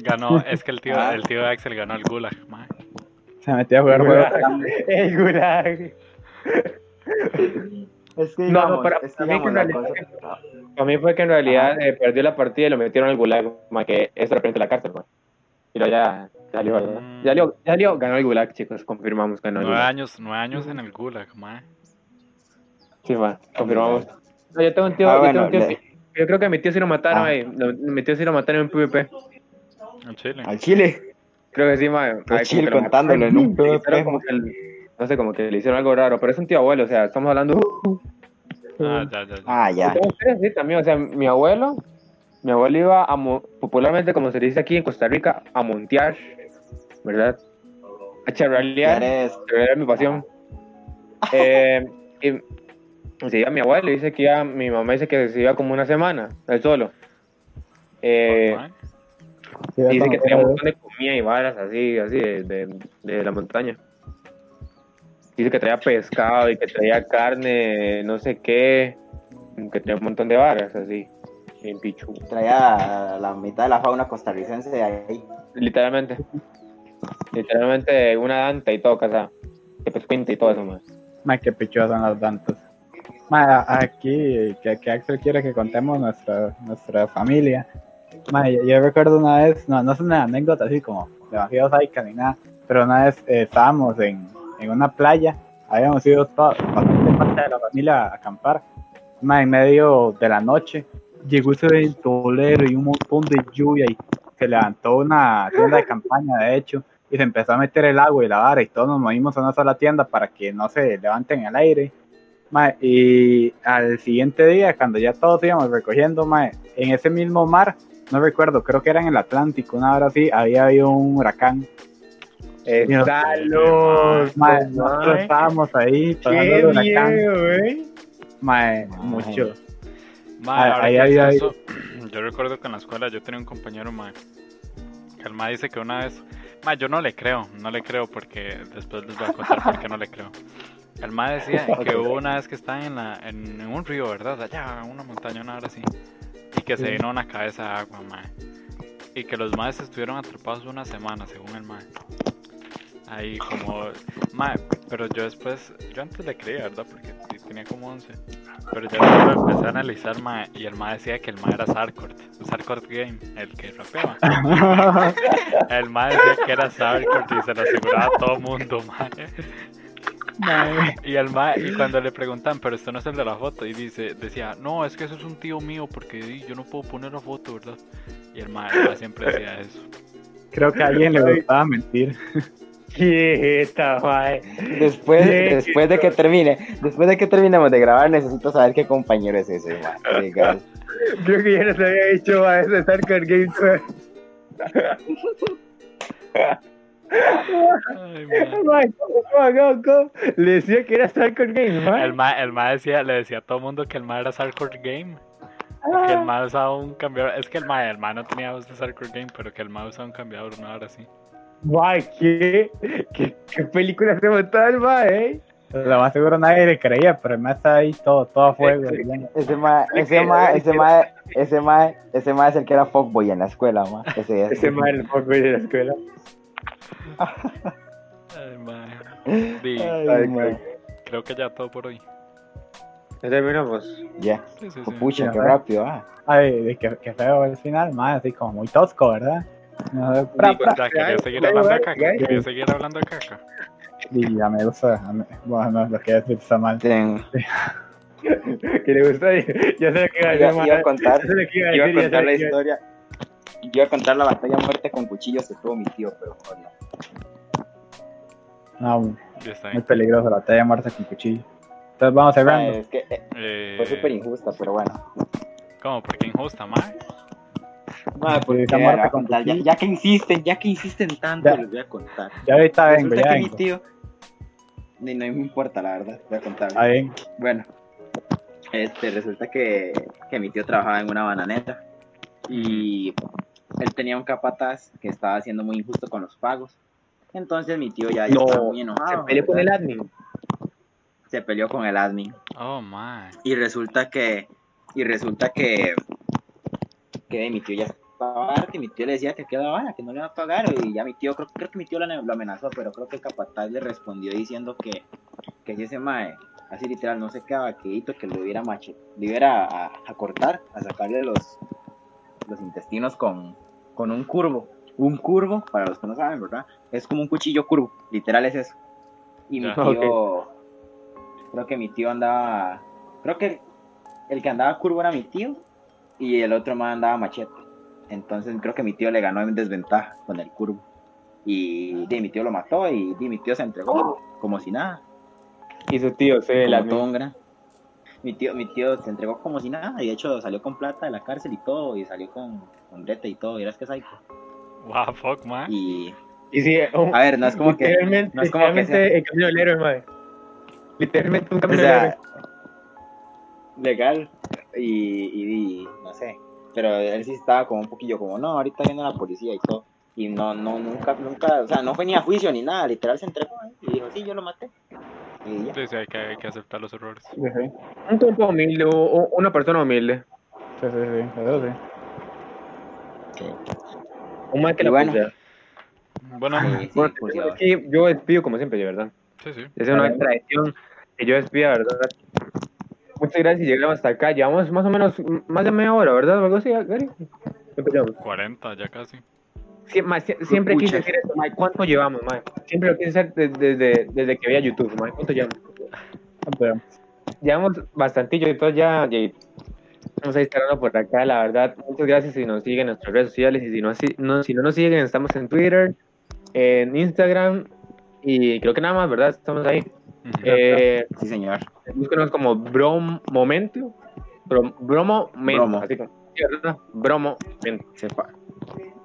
S4: Ganó, es que el tío,
S2: Ah.
S4: el tío de Axel ganó el Gulag, mae.
S3: Se metió a jugar juegos. de la-
S1: El gulag.
S2: Es que
S1: No, no,
S2: digamos,
S1: para-
S2: es que
S1: para mí
S2: digamos
S1: que
S2: la
S1: en
S2: cosa-
S1: Para mí fue que en realidad eh, perdió la partida y lo metieron al gulag, ma, que es de repente la cárcel, ma. Y luego ya salió, ¿verdad?
S4: Mm.
S1: Ya salió, ya salió, ganó el gulag, chicos, confirmamos que ganó el
S4: Nueve
S2: Ah.
S1: gulag.
S4: años, nueve años en el Gulag, mae.
S1: Sí, ma, confirmamos. No, yo tengo un tío,
S2: Ah,
S1: yo,
S2: bueno,
S1: tengo un tío
S2: le-
S1: que- yo creo que a mi tío sí lo mataron,
S2: Ah.
S1: ahí. Lo- mi tío sí lo mataron en PvP.
S4: En Chile.
S2: al Chile,
S1: Creo que sí, ma. ahí como
S2: al Chile
S1: que lo
S2: Pues contándolo en un
S1: mataron. Le hicieron
S2: PvP.
S1: como que le- No sé, como que le hicieron algo raro, pero es un tío abuelo, o sea, estamos hablando...
S4: Ah, ya, ya, ya.
S2: Ah, ya.
S1: Tengo tres, sí, también, o sea, mi abuelo, mi abuelo iba a, mo- popularmente, como se dice aquí en Costa Rica, a montear, ¿verdad? A charralear,
S2: Eres-
S1: que era mi pasión. Eh, y y se iba mi abuelo, dice que iba, mi mamá dice que se iba como una semana, él solo. Eh,
S4: Mae.
S3: Sí,
S1: y dice que
S3: como-
S1: tenía un montón de comida y varas así, así, de, de- de la montaña. Dice que traía pescado y que traía carne, no sé qué, que traía un montón de varas así, en pichu,
S2: traía la mitad de la fauna costarricense de ahí.
S1: literalmente. Literalmente una danta y todo, casa, que pescuinta y todo eso, más.
S3: Mae, qué pichudas son las dantas. Mae, a- aquí, que, que Axel quiere que contemos nuestra, nuestra familia. Mae, yo, yo recuerdo una vez, no, no es una anécdota así como demasiado sádica ni nada, pero una vez eh, estábamos en, en una playa, habíamos ido todos, bastante parte de la familia a acampar. Mae, en medio de la noche, llegó ese ventolero y un montón de lluvia y se levantó una tienda de campaña, de hecho y se empezó a meter el agua y la vara y todos nos movimos a una sola tienda para que no se levanten al aire. Mae, y al siguiente día, cuando ya todos íbamos recogiendo, mae, en ese mismo mar, no recuerdo, creo que era en el Atlántico, una hora así, había habido un huracán.
S1: Eh, Está
S3: Mae, nosotros estábamos ahí, pasando el huracán. Mae, mucho. Ay,
S4: Mae, ahora
S3: ay,
S4: que
S3: ay,
S4: dice
S3: ay.
S4: eso, yo recuerdo que en la escuela yo tenía un compañero, mae, que el mae dice que una vez, mae, yo no le creo, no le creo porque después les voy a contar por qué no le creo. El mae decía que hubo una vez que estaba en, la, en, en un río, ¿verdad? Allá, una montaña, una hora así, y que se vino una cabeza de agua, mae, y que los maes estuvieron atrapados una semana, según el mae. Ahí como, mae, pero yo después, yo antes le creía, ¿verdad? Porque tenía como 11. Pero ya lo empecé a analizar, mae, y el mae decía que el mae era Sarkort. O sea, Hardcore Game, el que rapeaba. El mae decía que era Hardcore y se lo aseguraba a todo mundo, mae.
S3: Mae.
S4: Y el mae, y cuando le preguntan, pero esto no es el de la foto, y dice, decía, no, es que eso es un tío mío, porque di, yo no puedo poner la foto, ¿verdad? Y el mae, el mae siempre decía eso.
S3: Creo que a alguien le gustaba mentir.
S1: Quieta, mae.
S2: Después,
S1: Sí,
S2: después de que termine, después de que terminemos de grabar, necesito saber qué compañero es ese, mae. Legal.
S1: Creo que ya nos había dicho mae, ese Hardcore Game. mae.
S4: Ay, mae.
S1: Mae, ¿cómo, cómo, cómo, cómo? Le decía que era Hardcore Game, mae.
S4: El ma, el ma decía, le decía a todo mundo que el ma era Hardcore Game. Que el ma usaba un cambiador. Es que el ma, el ma no tenía voz de Hardcore Game, pero que el ma usaba un cambiador, no ahora sí.
S1: Mae, ¿qué, qué, qué película se montaron, mae, eh?
S3: Lo más seguro nadie le creía, pero el mae está ahí todo, todo a fuego. ¿verdad?
S2: Ese mae, ese mae, ese mae, ese mae, ese mae es el que era fuckboy en la escuela, mae. Ese es.
S1: Ese mae el poco de la escuela.
S4: Ay, ma.
S2: Ay,
S1: Ay,
S2: mae.
S4: creo que ya todo por hoy.
S1: Ya terminamos.
S2: Ya.
S4: Sí, sí, sí.
S2: Pucha,
S3: Ya,
S2: qué
S3: mae.
S2: rápido, ah.
S3: Ay, qué, qué feo el final, mae, así como muy tosco, ¿verdad? No sé, pra, pra,
S4: Ya quería seguir hablando de caca, quería seguir hablando de caca.
S3: y ya me gusta. a mí- Bueno, no, lo que iba a decir está mal.
S2: Ten-
S1: que le gusta, ya sé lo que iba a decir,
S2: Iba,
S1: mae.
S2: iba a contar,
S1: Ya sé lo que iba a
S2: iba a
S1: decir, ya sé
S2: contar la
S1: lo que iba a-
S2: historia. Yo iba a contar la batalla a muerte con cuchillos que tuvo mi tío, pero joder, no.
S3: No, muy
S4: Ya está bien.
S3: peligroso la talla muerta con cuchillo. Entonces vamos
S2: O sea,
S3: cerrando.
S2: es que eh,
S4: Eh,
S2: fue súper injusta, pero bueno.
S4: ¿Cómo? ¿Por qué injusta, ma?
S2: Mae,
S3: porque
S2: porque
S3: esa
S2: ya,
S3: muerte
S2: voy a
S3: con
S2: contar, ya,
S3: cuchillo.
S2: ya que insisten, ya que insisten tanto,
S3: Ya.
S2: les voy a contar.
S3: Ya ahorita vengo,
S2: Resulta
S3: ya
S2: que mi
S3: vengo.
S2: tío. Ni, no me importa, la verdad, voy a contar.
S3: Está bien.
S2: Bueno, este, resulta que, que mi tío trabajaba en una bananeta y él tenía un capataz que estaba siendo muy injusto con los pagos. Entonces mi tío ya, ya
S1: No,
S2: estaba muy enojado.
S1: Se peleó con el
S2: Ah, ¿verdad?
S1: admin.
S2: Se peleó con el admin.
S4: Oh, ma.
S2: Y resulta que. Y resulta que. Que mi tío ya estaba harto y mi tío le decía que quedaba vara, que no le va a pagar. Y ya mi tío, creo, creo que mi tío lo, lo amenazó, pero creo que el capataz le respondió diciendo que. Que si ese mae, así literal, no se quedaba quedito, que lo hubiera mache, lo hubiera a, a cortar, a sacarle los. Los intestinos con. Con un curvo. Un curvo, para los que no saben, ¿verdad? Es como un cuchillo curvo, literal es eso. Y mi
S4: Ya.
S2: tío. Creo que mi tío andaba. Creo que el, el que andaba curvo era mi tío y el otro más andaba machete. Entonces creo que mi tío le ganó en desventaja con el curvo. Y di, mi tío lo mató y di, mi tío se entregó como si nada.
S1: Y su tío, sí, el
S2: como
S1: admin.
S2: todo un gran- Mi tío, mi tío se entregó como si nada y de hecho salió con plata de la cárcel y todo y salió con, con brete y todo. Y eras que psycho.
S4: What the fuck, ma.
S2: Y
S1: Y sí, un-
S2: a ver, no es como que...
S1: Ah. literalmente,
S2: no es como que
S1: literalmente el camino del héroe, mae. Literalmente un
S2: O
S1: camino del
S2: sea,
S1: héroe.
S2: legal. Y, y, y no sé. Pero él sí estaba como un poquillo como, no, ahorita viene la policía y todo. Y no, no, nunca, nunca, o sea, no fue ni a juicio ni nada, literal se entregó ahí y dijo, sí, yo lo maté. Y ya.
S4: Dice, hay que, hay que aceptar los errores.
S1: Un compa humilde, u- u- una persona humilde.
S3: Sí, sí, sí, eso sí.
S1: Un mae que
S2: Y
S1: la
S2: bueno.
S1: putea.
S4: Bueno,
S2: Sí, sí, pues,
S1: Bueno,
S2: curioso.
S1: aquí yo despido como siempre, de verdad.
S4: sí, sí.
S1: Es una tradición que yo despida, ¿verdad? Muchas gracias, llegamos hasta acá. Llevamos más o menos m- más de media hora, ¿verdad? Algo así, Gary. Empezamos.
S4: 40 ya casi.
S1: Sie- ma, sie- siempre quise
S2: Pucha.
S1: decir eso, mae. ¿Cuánto llevamos, mae? Siempre lo quise hacer desde, desde, desde que veía YouTube, mae. ¿Cuánto llevamos?
S2: Ah,
S3: Pero,
S1: Llevamos bastantillo, entonces ya ya- vamos a estarlo por acá, la verdad. Muchas gracias si nos siguen en nuestras redes sociales y si no, si no, si no nos siguen, estamos en Twitter, en Instagram y creo que nada más, ¿verdad? Estamos ahí.
S4: Ujú.
S1: Eh,
S2: Sí, señor.
S1: búsquenos como Brom Momento. Brom- bromo
S2: Bromo.
S1: Momento. Así como, sí, ¿verdad? Bromo Momento.
S2: Sepa.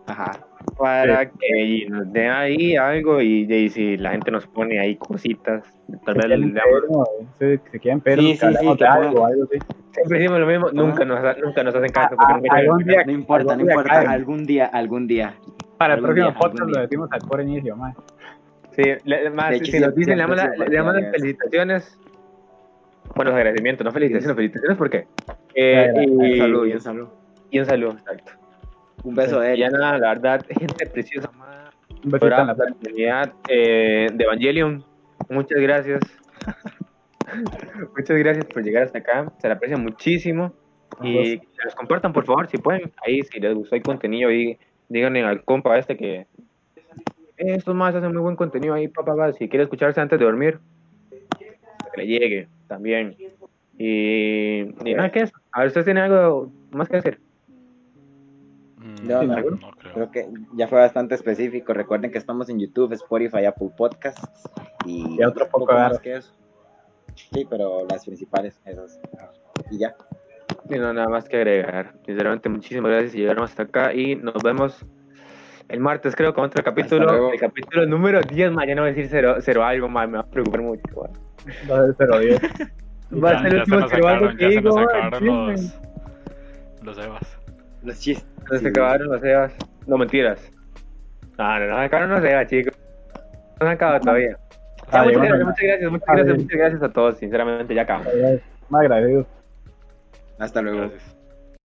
S2: Ajá.
S1: Para que y nos dé ahí algo y, y si la gente nos pone ahí cositas, tal vez le
S3: quieren
S1: damos.
S3: pedir, ¿no? Sí, si quieren pedir
S2: Sí,
S3: que
S2: sí, sí,
S3: hablemos de
S2: que
S3: algo, algo así.
S1: Siempre decimos lo mismo, nunca nos, ha- nunca nos hacen caso.
S3: Ah,
S1: Porque nunca
S3: algún día-
S2: No importa, no
S3: algún día
S2: importa.
S3: caen.
S2: Algún día, algún día.
S3: Para el
S2: algún día,
S3: próximo
S2: algún
S3: podcast lo
S2: día.
S3: decimos al por inicio, mae.
S1: Sí, le- más,
S2: De hecho,
S1: si
S2: sí,
S1: nos dicen, le damos, la-
S2: siempre
S1: le damos las
S2: es.
S1: felicitaciones. Bueno, los agradecimientos, no felicitaciones, felicitaciones, ¿por qué? Eh,
S3: Claro,
S1: y,
S2: Un saludo, y un saludo.
S1: y un saludo, exacto.
S2: Un beso de
S1: Y ya
S2: él.
S1: nada, la verdad, gente preciosa, madre.
S3: Un besito en
S1: programa,
S3: la
S1: la comunidad eh, de Evangelion. Muchas gracias. Muchas gracias por llegar hasta acá. Se la aprecia muchísimo. Y se los compartan, por favor, si pueden. Ahí, si les gustó el contenido, ahí, díganle al compa este que estos más hacen muy buen contenido ahí, papá. si quiere escucharse antes de dormir, que le llegue también. Y, y nada, ¿qué es? A ver, ¿ustedes tienen algo más que decir?
S4: Mm,
S2: No, no.
S4: no creo.
S2: Creo que ya fue bastante específico. Recuerden que estamos en YouTube, Spotify, Apple Podcasts y,
S3: Y otro poco de
S2: más
S3: aros.
S2: que eso. Sí, pero las principales, esas. Y ya.
S1: Y no, nada más que agregar. Sinceramente, muchísimas gracias si llegaron hasta acá y nos vemos el martes, creo, con otro capítulo.
S2: luego.
S1: El capítulo número 10, ma, ya no voy a decir cero, cero algo, ma, me va a preocupar mucho. ma.
S3: Entonces, 010.
S1: Va a
S4: Ya-
S1: ser el
S4: ya se
S1: último
S4: nos
S1: cero algo
S4: acabaron,
S1: que
S4: ya se nos
S1: digo, ah,
S4: acabaron
S1: ma,
S4: los, los Evas.
S2: Los chistes.
S1: Nos acabaron las Evas. No, mentiras. No, no, nos acabaron las Evas, chicos. No se acaba todavía. Ya,
S3: Ah,
S1: muchas,
S3: yo
S1: gracias,
S3: no-
S1: muchas gracias, muchas
S3: Ah,
S1: gracias,
S3: bien.
S1: muchas gracias a todos. Sinceramente, ya acabamos.
S3: Más agradecido.
S2: Hasta luego.
S4: Gracias.